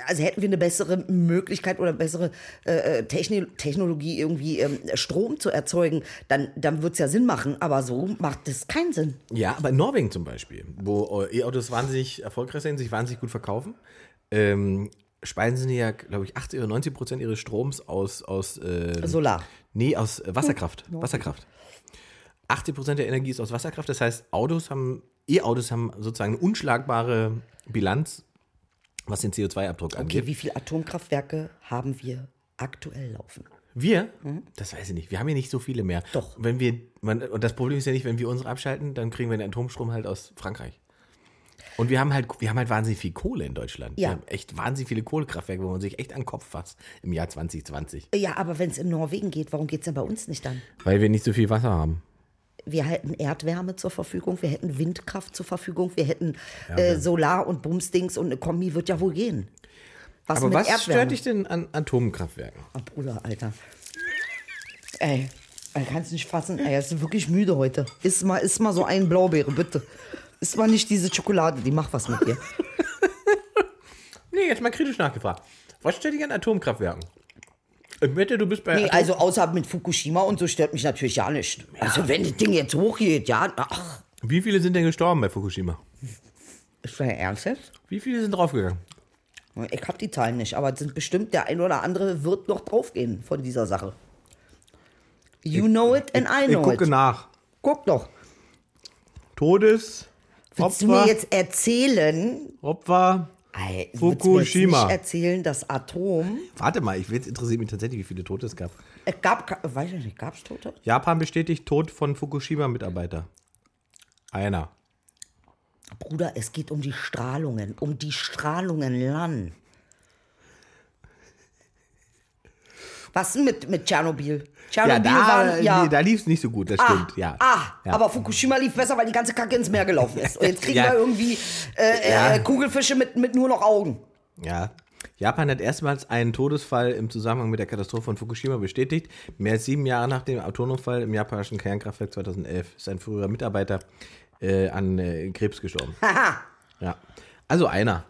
[SPEAKER 4] also hätten wir eine bessere Möglichkeit oder bessere äh, äh, Techni- Technologie, irgendwie ähm, Strom zu erzeugen, dann, dann würde es ja Sinn machen. Aber so macht das keinen Sinn.
[SPEAKER 2] Ja, aber in Norwegen zum Beispiel, wo äh, E-Autos wahnsinnig erfolgreich sind, sich wahnsinnig gut verkaufen, ähm, speisen sie ja, glaube ich, 80 oder 90 Prozent ihres Stroms aus, aus ähm,
[SPEAKER 4] Solar.
[SPEAKER 2] Nee, aus äh, Wasserkraft.
[SPEAKER 4] Hm,
[SPEAKER 2] Wasserkraft. 80 Prozent der Energie ist aus Wasserkraft. Das heißt, Autos haben, E-Autos haben sozusagen eine unschlagbare Bilanz, was den CO2-Abdruck
[SPEAKER 4] Okay,
[SPEAKER 2] angeht.
[SPEAKER 4] wie viele Atomkraftwerke haben wir aktuell laufen?
[SPEAKER 2] Wir, das weiß ich nicht, wir haben hier nicht so viele mehr.
[SPEAKER 4] Mhm. Doch.
[SPEAKER 2] Wenn wir, man, und das Problem ist ja nicht, wenn wir unsere abschalten, dann kriegen wir den Atomstrom halt aus Frankreich. Und wir haben halt, wir haben halt wahnsinnig viel Kohle in Deutschland.
[SPEAKER 4] Ja.
[SPEAKER 2] Wir haben echt wahnsinnig viele Kohlekraftwerke, wo man sich echt an den Kopf fasst im Jahr 2020.
[SPEAKER 4] Ja, aber wenn es in Norwegen geht, warum geht es denn bei uns nicht dann?
[SPEAKER 2] Weil wir nicht so viel Wasser haben.
[SPEAKER 4] Wir hätten Erdwärme zur Verfügung, wir hätten Windkraft zur Verfügung, wir hätten äh, Solar und Bumsdings und eine Kombi wird ja wohl gehen. Was
[SPEAKER 2] Aber
[SPEAKER 4] mit
[SPEAKER 2] was
[SPEAKER 4] Erdwärme?
[SPEAKER 2] stört dich denn an Atomkraftwerken?
[SPEAKER 4] Ah, Bruder, Alter. Ey, ich kann es nicht fassen. Ey, es ist wirklich müde heute. Iss mal, iss mal so einen Blaubeere, bitte. Iss mal nicht diese Schokolade, die macht was mit dir.
[SPEAKER 2] Nee, jetzt mal kritisch nachgefragt. Was stört dich an Atomkraftwerken? Ich wette, du bist bei.
[SPEAKER 4] Nee,
[SPEAKER 2] Atom-
[SPEAKER 4] also außer mit Fukushima und so stört mich natürlich ja nicht. Also wenn das Ding jetzt hochgeht, ja, ach.
[SPEAKER 2] Wie viele sind denn gestorben bei Fukushima?
[SPEAKER 4] Ist das ernsthaft?
[SPEAKER 2] Wie viele sind draufgegangen?
[SPEAKER 4] Ich hab die Zahlen nicht, aber es sind bestimmt der ein oder andere wird noch draufgehen von dieser Sache. You know it and I know it.
[SPEAKER 2] nach.
[SPEAKER 4] Guck doch.
[SPEAKER 2] Todes.
[SPEAKER 4] Willst du mir jetzt erzählen,
[SPEAKER 2] Opfer.
[SPEAKER 4] Ey, willst du mir jetzt
[SPEAKER 2] Fukushima.
[SPEAKER 4] nicht erzählen, dass Atom,
[SPEAKER 2] Warte mal, ich will jetzt interessiert mich tatsächlich, wie viele Tote es gab.
[SPEAKER 4] es gab, ke- weiß ich nicht, gab's Tote?
[SPEAKER 2] Japan bestätigt Tod von Fukushima-Mitarbeiter. Einer.
[SPEAKER 4] Bruder, es geht um die Strahlungen, um die Strahlungen, Lan. Was denn mit, mit Tschernobyl? Tschernobyl waren, ja.
[SPEAKER 2] nee, da lief es nicht so gut, das
[SPEAKER 4] Ah,
[SPEAKER 2] stimmt. Ja.
[SPEAKER 4] ah
[SPEAKER 2] ja.
[SPEAKER 4] aber Fukushima lief besser, weil die ganze Kacke ins Meer gelaufen ist. Und jetzt kriegen
[SPEAKER 2] Ja.
[SPEAKER 4] wir irgendwie äh, äh, Kugelfische mit, mit nur noch Augen.
[SPEAKER 2] Ja. Japan hat erstmals einen Todesfall im Zusammenhang mit der Katastrophe von Fukushima bestätigt. Mehr als sieben Jahre nach dem Atomunfall im japanischen Kernkraftwerk 2011 ist ein früherer Mitarbeiter äh, an äh, Krebs gestorben.
[SPEAKER 4] Haha,
[SPEAKER 2] Ja. Also einer.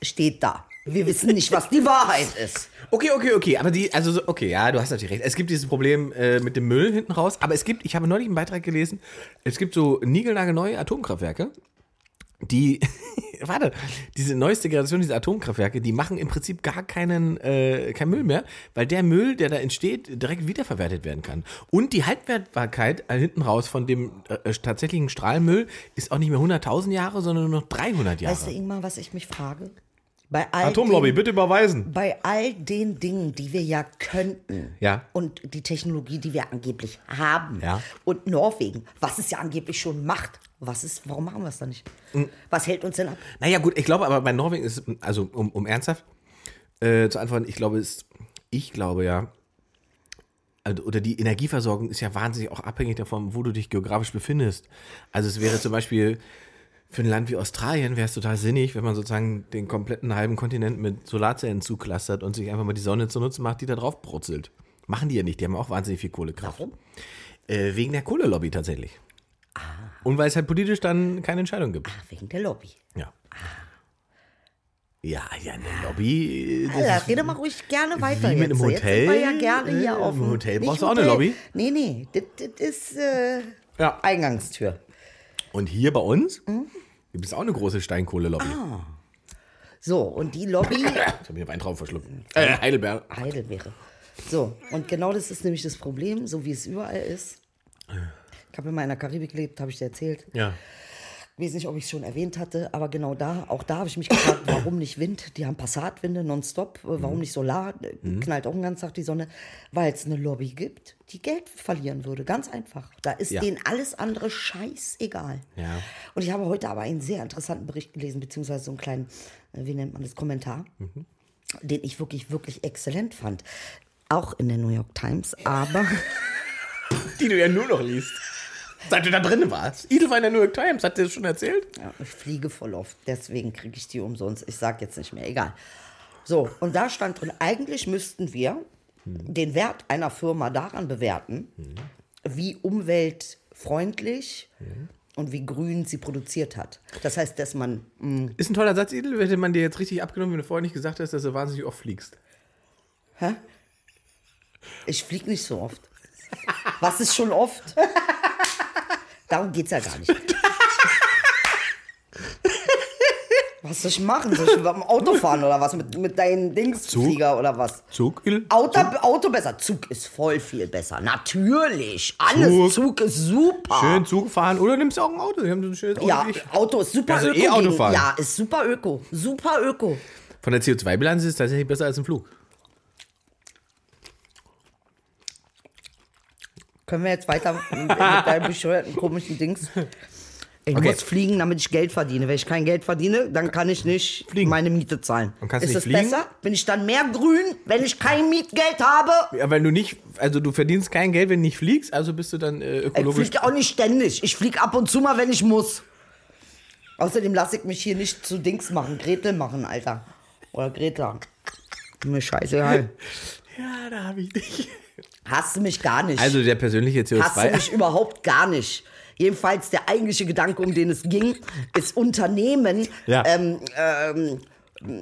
[SPEAKER 4] steht da. Wir wissen nicht, was die Wahrheit ist.
[SPEAKER 2] Okay, okay, okay. Aber die, also, so- okay, ja, du hast natürlich recht. Es gibt dieses Problem äh, mit dem Müll hinten raus. Aber es gibt, ich habe neulich einen Beitrag gelesen, es gibt so niegelnagelneue Atomkraftwerke, die, warte, diese neueste Generation dieser Atomkraftwerke, die machen im Prinzip gar keinen, äh, keinen Müll mehr, weil der Müll, der da entsteht, direkt wiederverwertet werden kann. Und die Haltwertbarkeit äh, hinten raus von dem äh, tatsächlichen Strahlmüll ist auch nicht mehr 100.000 Jahre, sondern nur noch 300 Jahre.
[SPEAKER 4] Weißt du, Ingmar, was ich mich frage? Bei all
[SPEAKER 2] Atomlobby,
[SPEAKER 4] den,
[SPEAKER 2] bitte überweisen.
[SPEAKER 4] Bei all den Dingen, die wir ja könnten
[SPEAKER 2] Ja.
[SPEAKER 4] und die Technologie, die wir angeblich haben
[SPEAKER 2] Ja.
[SPEAKER 4] und Norwegen, was es ja angeblich schon macht, was ist, warum machen wir es dann nicht?
[SPEAKER 2] Hm.
[SPEAKER 4] Was hält uns denn ab?
[SPEAKER 2] Naja, gut, ich glaube aber bei Norwegen ist, also um, um ernsthaft äh, zu antworten, ich glaube, es, ich glaube ja, also, oder die Energieversorgung ist ja wahnsinnig auch abhängig davon, wo du dich geografisch befindest. Also es wäre zum Beispiel für ein Land wie Australien wäre es total sinnig, wenn man sozusagen den kompletten halben Kontinent mit Solarzellen zuklustert und sich einfach mal die Sonne zunutze macht, die da drauf brutzelt. Machen die ja nicht, die haben auch wahnsinnig viel Kohlekraft.
[SPEAKER 4] Warum?
[SPEAKER 2] Äh, wegen der Kohlelobby tatsächlich. Und weil es halt politisch dann keine Entscheidung gibt.
[SPEAKER 4] Ach, wegen der Lobby.
[SPEAKER 2] Ja. Ja, ja, eine Lobby. äh, Das
[SPEAKER 4] Ja,
[SPEAKER 2] ist,
[SPEAKER 4] rede mal ruhig gerne weiter.
[SPEAKER 2] wie mit
[SPEAKER 4] jetzt.
[SPEAKER 2] einem
[SPEAKER 4] Jetzt sind wir
[SPEAKER 2] Hotel?
[SPEAKER 4] ja gerne hier
[SPEAKER 2] Äh,
[SPEAKER 4] auf
[SPEAKER 2] im
[SPEAKER 4] dem-
[SPEAKER 2] Hotel
[SPEAKER 4] Nicht
[SPEAKER 2] brauchst du auch eine Lobby?
[SPEAKER 4] Nee, nee, das, das ist äh,
[SPEAKER 2] Ja.
[SPEAKER 4] Eingangstür.
[SPEAKER 2] und hier bei uns gibt es auch eine große Steinkohle-Lobby.
[SPEAKER 4] So, und die Lobby
[SPEAKER 2] Jetzt habe ich einen Weintraum verschluckt. Äh, Heidelberg.
[SPEAKER 4] Heidelbeere. So, und genau das ist nämlich das Problem, so wie es überall ist. Ich habe immer in der Karibik gelebt, habe ich dir erzählt.
[SPEAKER 2] Ja.
[SPEAKER 4] Ich weiß nicht, ob ich es schon erwähnt hatte, aber genau da, auch da habe ich mich gefragt, warum nicht Wind? Die haben Passatwinde nonstop. Äh,
[SPEAKER 2] Mhm.
[SPEAKER 4] Warum nicht Solar? Äh, Knallt auch den ganzen Tag die Sonne. Weil es eine Lobby gibt, die Geld verlieren würde. Ganz einfach. Da ist
[SPEAKER 2] Ja.
[SPEAKER 4] denen alles andere scheißegal.
[SPEAKER 2] Ja.
[SPEAKER 4] Und ich habe heute aber einen sehr interessanten Bericht gelesen, beziehungsweise so einen kleinen, äh, wie nennt man das, Kommentar,
[SPEAKER 2] Mhm.
[SPEAKER 4] den ich wirklich, wirklich exzellent fand. Auch in der New York Times, aber.
[SPEAKER 2] Die du ja nur noch liest. Seit du da drin warst. Edelwein der New York Times, hat dir das schon erzählt?
[SPEAKER 4] Ja, ich fliege voll oft, deswegen kriege ich die umsonst. Ich sage jetzt nicht mehr, egal. So, und da stand drin, eigentlich müssten wir den Wert einer Firma daran bewerten, wie umweltfreundlich und wie grün sie produziert hat. Das heißt, dass man, hm, mh,
[SPEAKER 2] Ist ein toller Satz, Edel. Hätte man dir jetzt richtig abgenommen, wenn du vorher nicht gesagt hast, dass du wahnsinnig oft fliegst.
[SPEAKER 4] ich fliege nicht so oft. Was ist schon oft? Darum geht es ja gar nicht. Was soll ich machen? Soll ich mit dem Auto fahren oder was? Mit, mit deinen Dingsflieger oder was?
[SPEAKER 2] Zug, Edel?
[SPEAKER 4] Auto, Auto besser, Zug ist voll viel besser. Natürlich,
[SPEAKER 2] Zug.
[SPEAKER 4] alles. Zug, ist super.
[SPEAKER 2] Schön Zug fahren. Oder nimmst du auch ein Auto? Die haben so ein schönes Auto.
[SPEAKER 4] Ja,
[SPEAKER 2] wie ich.
[SPEAKER 4] Auto ist super
[SPEAKER 2] Also
[SPEAKER 4] öko.
[SPEAKER 2] E-Auto
[SPEAKER 4] gegen-
[SPEAKER 2] fahren.
[SPEAKER 4] Ja, ist super öko. Super öko.
[SPEAKER 2] Von der CO2-Bilanz ist es tatsächlich besser als ein Flug.
[SPEAKER 4] Können wir jetzt weiter mit deinem bescheuerten, komischen Dings? Ich
[SPEAKER 2] Okay.
[SPEAKER 4] muss fliegen, damit ich Geld verdiene. Wenn ich kein Geld verdiene, dann kann ich nicht
[SPEAKER 2] Fliegen.
[SPEAKER 4] meine Miete zahlen.
[SPEAKER 2] Und kannst
[SPEAKER 4] ist
[SPEAKER 2] nicht
[SPEAKER 4] das
[SPEAKER 2] fliegen?
[SPEAKER 4] besser? Bin ich dann mehr grün, wenn ich kein Mietgeld habe?
[SPEAKER 2] Ja, weil du nicht, also du verdienst kein Geld, wenn du nicht fliegst, also bist du dann äh,
[SPEAKER 4] Ich
[SPEAKER 2] ökologisch.
[SPEAKER 4] fliege auch nicht ständig. Ich fliege ab und zu mal, wenn ich muss. Außerdem lasse ich mich hier nicht zu Dings machen, Gretel machen, Alter. Oder Greta. Mir scheißegal.
[SPEAKER 2] Ja, da habe ich dich.
[SPEAKER 4] Hast du mich gar nicht.
[SPEAKER 2] Also der persönliche
[SPEAKER 4] Hast du
[SPEAKER 2] CO2.
[SPEAKER 4] mich überhaupt gar nicht. Jedenfalls der eigentliche Gedanke, um den es ging, ist Unternehmen
[SPEAKER 2] Ja.
[SPEAKER 4] ähm, ähm,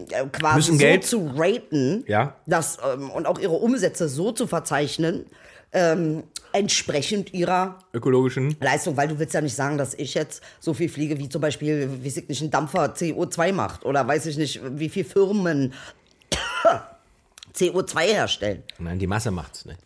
[SPEAKER 4] äh, quasi
[SPEAKER 2] Müssen
[SPEAKER 4] so
[SPEAKER 2] Geld-
[SPEAKER 4] zu raten
[SPEAKER 2] Ja.
[SPEAKER 4] dass, ähm, und auch ihre Umsätze so zu verzeichnen, ähm, entsprechend ihrer
[SPEAKER 2] Ökologischen.
[SPEAKER 4] Leistung, weil du willst ja nicht sagen, dass ich jetzt so viel fliege, wie zum Beispiel, wie ich nicht, ein Dampfer CO2 macht oder weiß ich nicht, wie viele Firmen CO2 herstellen.
[SPEAKER 2] Nein, die Masse macht's, ne?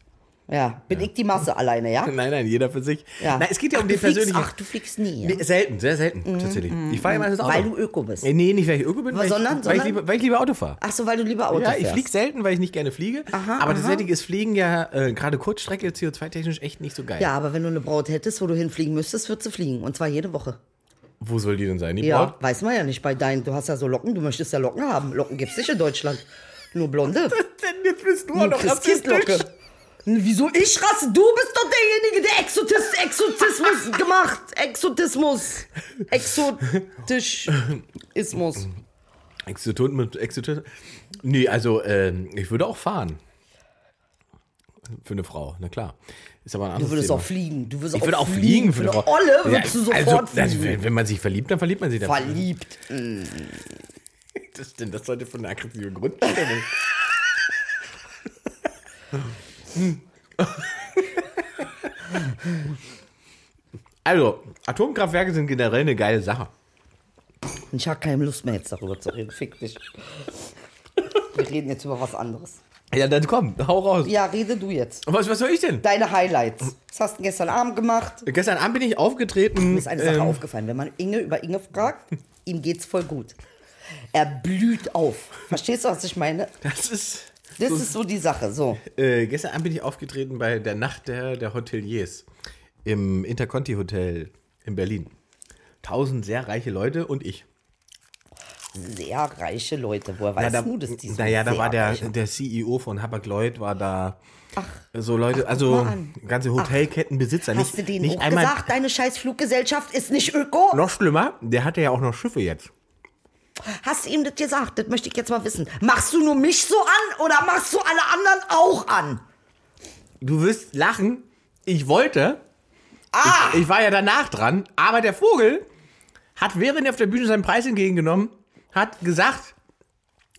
[SPEAKER 4] Ja, bin ich die Masse alleine, ja?
[SPEAKER 2] Nein, nein, jeder für sich.
[SPEAKER 4] ja.
[SPEAKER 2] Nein, es geht ja um
[SPEAKER 4] ach,
[SPEAKER 2] den
[SPEAKER 4] du fliegst-
[SPEAKER 2] persönlichen.
[SPEAKER 4] Ach, du fliegst nie. Ja?
[SPEAKER 2] Nee, selten, sehr selten tatsächlich. Ich fahre immer das Auto.
[SPEAKER 4] Weil du Öko bist.
[SPEAKER 2] Äh, Nee, nicht weil ich Öko bin, weil,
[SPEAKER 4] Sondern-
[SPEAKER 2] ich, weil, ich,
[SPEAKER 4] sondern-
[SPEAKER 2] lieber, weil ich lieber Auto fahre.
[SPEAKER 4] Ach so, weil du lieber Auto
[SPEAKER 2] Ja,
[SPEAKER 4] fährst.
[SPEAKER 2] ich fliege selten, weil ich nicht gerne fliege. aber tatsächlich ist Fliegen ja äh, gerade Kurzstrecke CO2-technisch echt nicht so geil.
[SPEAKER 4] Ja, aber wenn du eine Braut hättest, wo du hinfliegen müsstest, würdest du fliegen. Und zwar jede Woche.
[SPEAKER 2] Wo soll die denn sein, die
[SPEAKER 4] Ja,
[SPEAKER 2] Braut?
[SPEAKER 4] weiß man ja nicht bei deinen. Du hast ja so Locken, du möchtest ja Locken haben. Locken gibt's nicht in Deutschland. Nur Blonde.
[SPEAKER 2] Denn jetzt bist du auch
[SPEAKER 4] Nur
[SPEAKER 2] noch
[SPEAKER 4] Christkindlocke.
[SPEAKER 2] rassistisch.
[SPEAKER 4] Wieso ich rasse? Du bist doch derjenige, der Exotist, Exotismus gemacht. Exotismus. Exotischismus.
[SPEAKER 2] Exotot mit Exotot. Nee, also ähm, ich würde auch fahren. Für eine Frau, na klar. Ist aber ein anderes
[SPEAKER 4] Du würdest
[SPEAKER 2] Thema.
[SPEAKER 4] auch fliegen. Du würdest
[SPEAKER 2] Ich würde auch fliegen für eine Frau.
[SPEAKER 4] Olle würdest du
[SPEAKER 2] Ja,
[SPEAKER 4] sofort
[SPEAKER 2] also,
[SPEAKER 4] fliegen.
[SPEAKER 2] Also, wenn- wenn man sich verliebt, dann verliebt man sich. dann.
[SPEAKER 4] Verliebt.
[SPEAKER 2] das denn? Das sollte von einer aggressiven Grundstimmung. also, Atomkraftwerke sind generell eine geile Sache.
[SPEAKER 4] Ich habe keine Lust mehr jetzt darüber zu reden. Fick dich. Wir reden jetzt über was anderes.
[SPEAKER 2] Ja, dann komm, hau raus.
[SPEAKER 4] Ja, rede du jetzt.
[SPEAKER 2] Was, was soll ich denn?
[SPEAKER 4] Deine Highlights. Was hast du gestern Abend gemacht?
[SPEAKER 2] Gestern Abend bin ich aufgetreten. ähm,
[SPEAKER 4] Mir ist eine Sache aufgefallen. Wenn man Inge über Inge fragt, ihm geht's voll gut. Er blüht auf. Verstehst du, was ich meine?
[SPEAKER 2] Das ist.
[SPEAKER 4] Das ist so die Sache. So.
[SPEAKER 2] Äh, gestern Abend bin ich aufgetreten bei der Nacht der, der Hoteliers im Interconti Hotel in Berlin. Tausend sehr reiche Leute und ich.
[SPEAKER 4] Sehr reiche Leute. Woher weißt
[SPEAKER 2] da,
[SPEAKER 4] du das? Die so
[SPEAKER 2] naja, da
[SPEAKER 4] sehr
[SPEAKER 2] war der,
[SPEAKER 4] reich sind?
[SPEAKER 2] der CEO von Hapag Lloyd war da. so Leute, also
[SPEAKER 4] mal an.
[SPEAKER 2] ganze Hotelkettenbesitzer.
[SPEAKER 4] Hast
[SPEAKER 2] nicht,
[SPEAKER 4] du denen
[SPEAKER 2] nicht
[SPEAKER 4] auch
[SPEAKER 2] einmal
[SPEAKER 4] gesagt, deine scheiß Fluggesellschaft ist nicht öko?
[SPEAKER 2] Noch schlimmer, der hatte ja auch noch Schiffe jetzt.
[SPEAKER 4] Hast du ihm das gesagt? Das möchte ich jetzt mal wissen. Machst du nur mich so an oder machst du alle anderen auch an?
[SPEAKER 2] Du wirst lachen. Ich wollte.
[SPEAKER 4] Ah!
[SPEAKER 2] Ich, ich war ja danach dran. Aber der Vogel hat, während er auf der Bühne seinen Preis entgegengenommen, hat gesagt,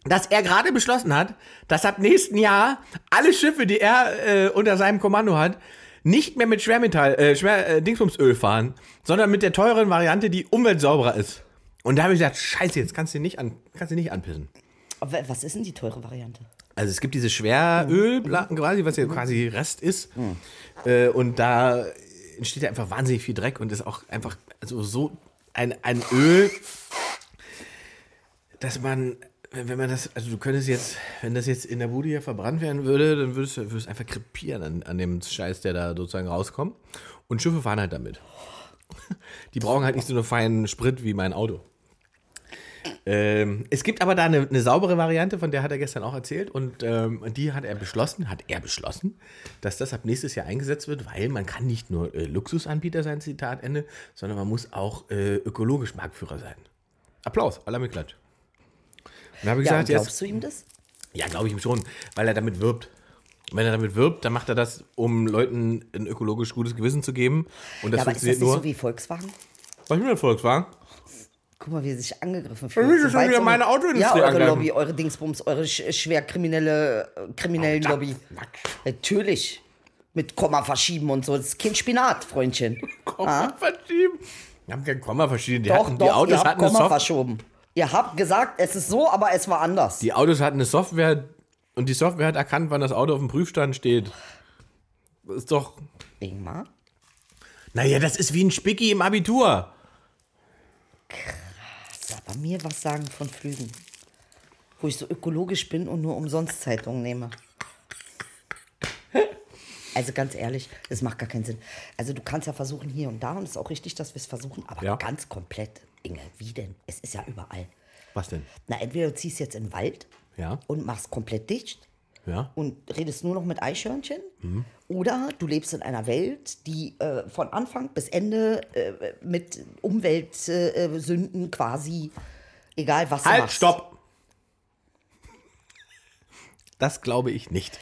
[SPEAKER 2] dass er gerade beschlossen hat, dass ab nächsten Jahr alle Schiffe, die er äh, unter seinem Kommando hat, nicht mehr mit Schwermetall, äh, Schwer, äh, Dingsbumsöl fahren, sondern mit der teuren Variante, die umweltsauberer ist. Und da habe ich gesagt, scheiße, jetzt kannst du ihn nicht, an, kannst du ihn nicht anpissen.
[SPEAKER 4] Aber was ist denn die teure Variante?
[SPEAKER 2] Also es gibt diese Schwerölplatten quasi, was ja quasi Rest ist. Äh, und da entsteht ja einfach wahnsinnig viel Dreck und ist auch einfach also so ein, ein Öl, dass man, wenn wenn man das, also du könntest jetzt, wenn das jetzt in der Bude hier verbrannt werden würde, dann würdest du würdest einfach krepieren an, an dem Scheiß, der da sozusagen rauskommt. Und Schiffe fahren halt damit. Die brauchen halt nicht so einen feinen Sprit wie mein Auto. Ähm, es gibt aber da eine, eine saubere Variante, von der hat er gestern auch erzählt. Und ähm, die hat er beschlossen, hat er beschlossen, dass das ab nächstes Jahr eingesetzt wird, weil man kann nicht nur äh, Luxusanbieter sein, Zitat Ende, sondern man muss auch äh, ökologisch Marktführer sein. Applaus, alle mit Klatsch. Und da habe ich
[SPEAKER 4] Ja, und
[SPEAKER 2] gesagt, jetzt,
[SPEAKER 4] glaubst du ihm das?
[SPEAKER 2] ja, glaube ich ihm schon, weil er damit wirbt. Und Wenn er damit wirbt, dann macht er das, um Leuten ein ökologisch gutes Gewissen zu geben. Und das
[SPEAKER 4] ja, aber ist das
[SPEAKER 2] funktioniert
[SPEAKER 4] nicht
[SPEAKER 2] nur.
[SPEAKER 4] so wie Volkswagen?
[SPEAKER 2] was ist denn Volkswagen?
[SPEAKER 4] Guck mal, wie sie sich angegriffen fühlen.
[SPEAKER 2] will schon
[SPEAKER 4] Sobald
[SPEAKER 2] wieder
[SPEAKER 4] so-
[SPEAKER 2] meine Autoindustrie
[SPEAKER 4] Ja, eure
[SPEAKER 2] angreifen.
[SPEAKER 4] Lobby, eure Dingsbums, eure sch schwer kriminelle, äh, kriminellen Lobby. Natürlich. Mit Komma verschieben und so. Das ist kein Spinat, Freundchen.
[SPEAKER 2] Komma verschieben. Wir haben kein Komma verschieben. Die,
[SPEAKER 4] Doch,
[SPEAKER 2] hatten,
[SPEAKER 4] doch,
[SPEAKER 2] die, Autos
[SPEAKER 4] ihr habt
[SPEAKER 2] hatten eine
[SPEAKER 4] Komma
[SPEAKER 2] Soft-
[SPEAKER 4] verschoben. Ihr habt gesagt, es ist so, aber es war anders.
[SPEAKER 2] die Autos hatten eine Software und die Software hat erkannt, wann das Auto auf dem Prüfstand steht. Das ist doch.
[SPEAKER 4] Ingmar?
[SPEAKER 2] Naja, das ist wie ein Spicki im Abitur.
[SPEAKER 4] Aber mir was sagen von Flügen. Wo ich so ökologisch bin und nur umsonst Zeitungen nehme. Also ganz ehrlich, das macht gar keinen Sinn. Also du kannst ja versuchen hier und da und es ist auch richtig, dass wir es versuchen, aber
[SPEAKER 2] Ja.
[SPEAKER 4] ganz komplett, Inge, wie denn? Es ist ja überall.
[SPEAKER 2] Was denn?
[SPEAKER 4] Na, entweder du ziehst jetzt in den Wald
[SPEAKER 2] Ja.
[SPEAKER 4] und machst komplett dicht
[SPEAKER 2] Ja.
[SPEAKER 4] und redest nur noch mit Eichhörnchen.
[SPEAKER 2] Mhm.
[SPEAKER 4] Oder du lebst in einer Welt, die äh, von Anfang bis Ende äh, mit Umweltsünden äh, Sünden quasi, egal was du
[SPEAKER 2] Halt,
[SPEAKER 4] machst.
[SPEAKER 2] stopp! Das glaube ich nicht.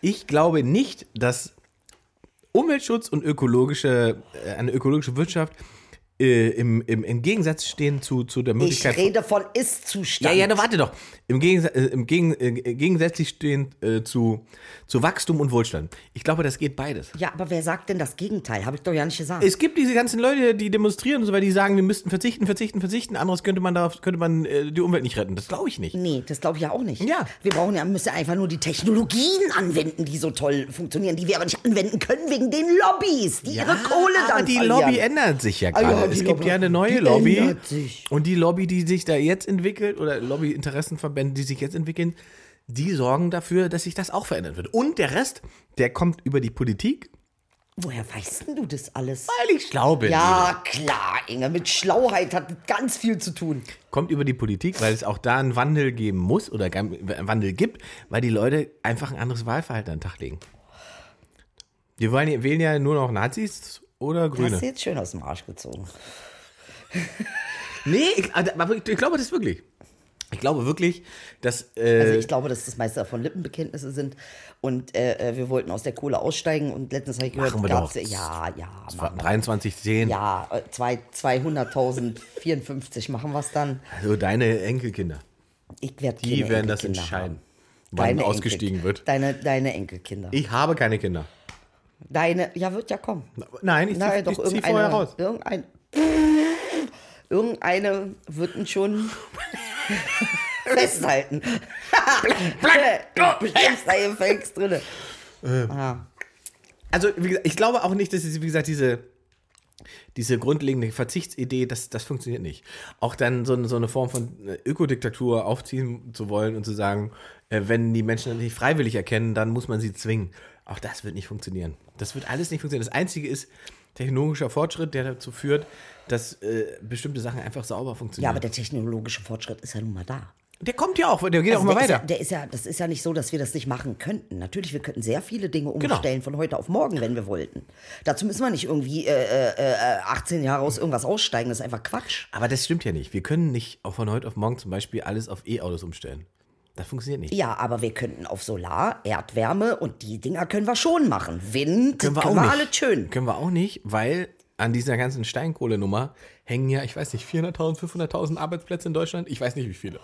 [SPEAKER 2] Ich glaube nicht, dass Umweltschutz und ökologische, äh, eine ökologische Wirtschaft äh, im, im, im Gegensatz stehen zu, zu der
[SPEAKER 4] Ich
[SPEAKER 2] Möglichkeit.
[SPEAKER 4] rede von Ist-Zustand.
[SPEAKER 2] Ja, ne- ja, na, warte doch. Im Gegensatz, äh, im Gegen, äh, gegensätzlich stehend äh, zu, zu Wachstum und Wohlstand. Ich glaube, das geht beides.
[SPEAKER 4] Ja, aber wer sagt denn das Gegenteil? Habe ich doch ja nicht gesagt.
[SPEAKER 2] Es gibt diese ganzen Leute, die demonstrieren und so, weil die sagen, wir müssten verzichten, verzichten, verzichten. Anderes könnte man darauf, könnte man äh, die Umwelt nicht retten. Das glaube ich nicht.
[SPEAKER 4] Nee, das glaube ich ja auch nicht.
[SPEAKER 2] Ja.
[SPEAKER 4] Wir brauchen ja, müssen ja einfach nur die Technologien anwenden, die so toll funktionieren, die wir aber nicht anwenden können wegen den Lobbys, die ihre Also Kohle dann
[SPEAKER 2] aber die
[SPEAKER 4] verlieren.
[SPEAKER 2] Lobby ändert sich ja
[SPEAKER 4] Ah, ja,
[SPEAKER 2] gerade.
[SPEAKER 4] die
[SPEAKER 2] es gibt
[SPEAKER 4] Lobby-
[SPEAKER 2] ja eine neue
[SPEAKER 4] die
[SPEAKER 2] Lobby.
[SPEAKER 4] ändert sich.
[SPEAKER 2] Und die Lobby, die sich da jetzt entwickelt, oder Lobbyinteressenverbände, die sich jetzt entwickeln, die sorgen dafür, dass sich das auch verändert wird. Und der Rest, der kommt über die Politik,
[SPEAKER 4] Woher weißt denn du das alles?
[SPEAKER 2] weil ich glaube,
[SPEAKER 4] Ja, klar, Inge, mit Schlauheit hat das ganz viel zu tun.
[SPEAKER 2] kommt über die Politik, weil es auch da einen Wandel geben muss oder gar- einen Wandel gibt, weil die Leute einfach ein anderes Wahlverhalten an den Tag legen. Die wollen, ja- wählen ja nur noch Nazis oder
[SPEAKER 4] Du hast
[SPEAKER 2] Grüne.
[SPEAKER 4] du jetzt schön aus dem Arsch gezogen.
[SPEAKER 2] also, Nee, ich, aber ich, ich glaube das wirklich. Ich glaube wirklich, dass.
[SPEAKER 4] Also
[SPEAKER 2] Äh,
[SPEAKER 4] ich glaube, dass das meiste davon Lippenbekenntnisse sind. Und äh, äh, wir wollten aus der Kohle aussteigen und letztens habe ich gehört,
[SPEAKER 2] Machen wir
[SPEAKER 4] gab's-
[SPEAKER 2] doch.
[SPEAKER 4] ja, ja,
[SPEAKER 2] Also,
[SPEAKER 4] machen wir.
[SPEAKER 2] 2310.
[SPEAKER 4] Ja, äh, zwei- 200.054 machen wir es dann.
[SPEAKER 2] Also deine Enkelkinder.
[SPEAKER 4] Ich werde
[SPEAKER 2] Die werden das entscheiden, wann ausgestiegen wird.
[SPEAKER 4] Deine, deine Enkelkinder.
[SPEAKER 2] Ich habe keine Kinder.
[SPEAKER 4] Deine, ja, wird ja kommen.
[SPEAKER 2] Nein, ich
[SPEAKER 4] Naja,
[SPEAKER 2] ziehe
[SPEAKER 4] doch,
[SPEAKER 2] zieh
[SPEAKER 4] irgendeine,
[SPEAKER 2] vorher raus.
[SPEAKER 4] Irgendein, irgendeine wird ihn schon festhalten. Äh, Bestimmt da im Fängst drin.
[SPEAKER 2] Ähm.
[SPEAKER 4] Ah.
[SPEAKER 2] Also, wie gesagt, ich glaube auch nicht, dass es, wie gesagt, diese, diese grundlegende Verzichtsidee, das, das funktioniert nicht. Auch dann so, eine- so eine Form von äh, Ökodiktatur aufziehen zu wollen und zu sagen, äh, wenn die Menschen das nicht freiwillig erkennen, dann muss man sie zwingen. Auch das wird nicht funktionieren. Das wird alles nicht funktionieren. Das Einzige ist technologischer Fortschritt, der dazu führt, dass äh, bestimmte Sachen einfach sauber
[SPEAKER 4] Ja,
[SPEAKER 2] funktionieren.
[SPEAKER 4] aber der technologische Fortschritt ist ja nun mal da.
[SPEAKER 2] der kommt ja auch, der geht auch
[SPEAKER 4] Also
[SPEAKER 2] immer weiter.
[SPEAKER 4] der Ist ja, der ist ja, das ist ja nicht so, dass wir das nicht machen könnten. Natürlich, wir könnten sehr viele Dinge
[SPEAKER 2] Genau.
[SPEAKER 4] umstellen von heute auf morgen, wenn wir wollten. Dazu müssen wir nicht irgendwie äh, äh, äh, 18 Jahre aus irgendwas aussteigen. Das ist einfach Quatsch.
[SPEAKER 2] Aber das stimmt ja nicht. Wir können nicht auch von heute auf morgen zum Beispiel alles auf E-Autos umstellen. Das funktioniert nicht.
[SPEAKER 4] Ja, aber wir könnten auf Solar, Erdwärme und die Dinger können wir schon machen. Wind,
[SPEAKER 2] Können wir
[SPEAKER 4] können
[SPEAKER 2] auch
[SPEAKER 4] wir
[SPEAKER 2] nicht.
[SPEAKER 4] alles schön.
[SPEAKER 2] Können wir auch nicht, weil an dieser ganzen Steinkohlenummer hängen ja, ich weiß nicht, 400.000, 500.000 Arbeitsplätze in Deutschland. Ich weiß nicht, wie viele.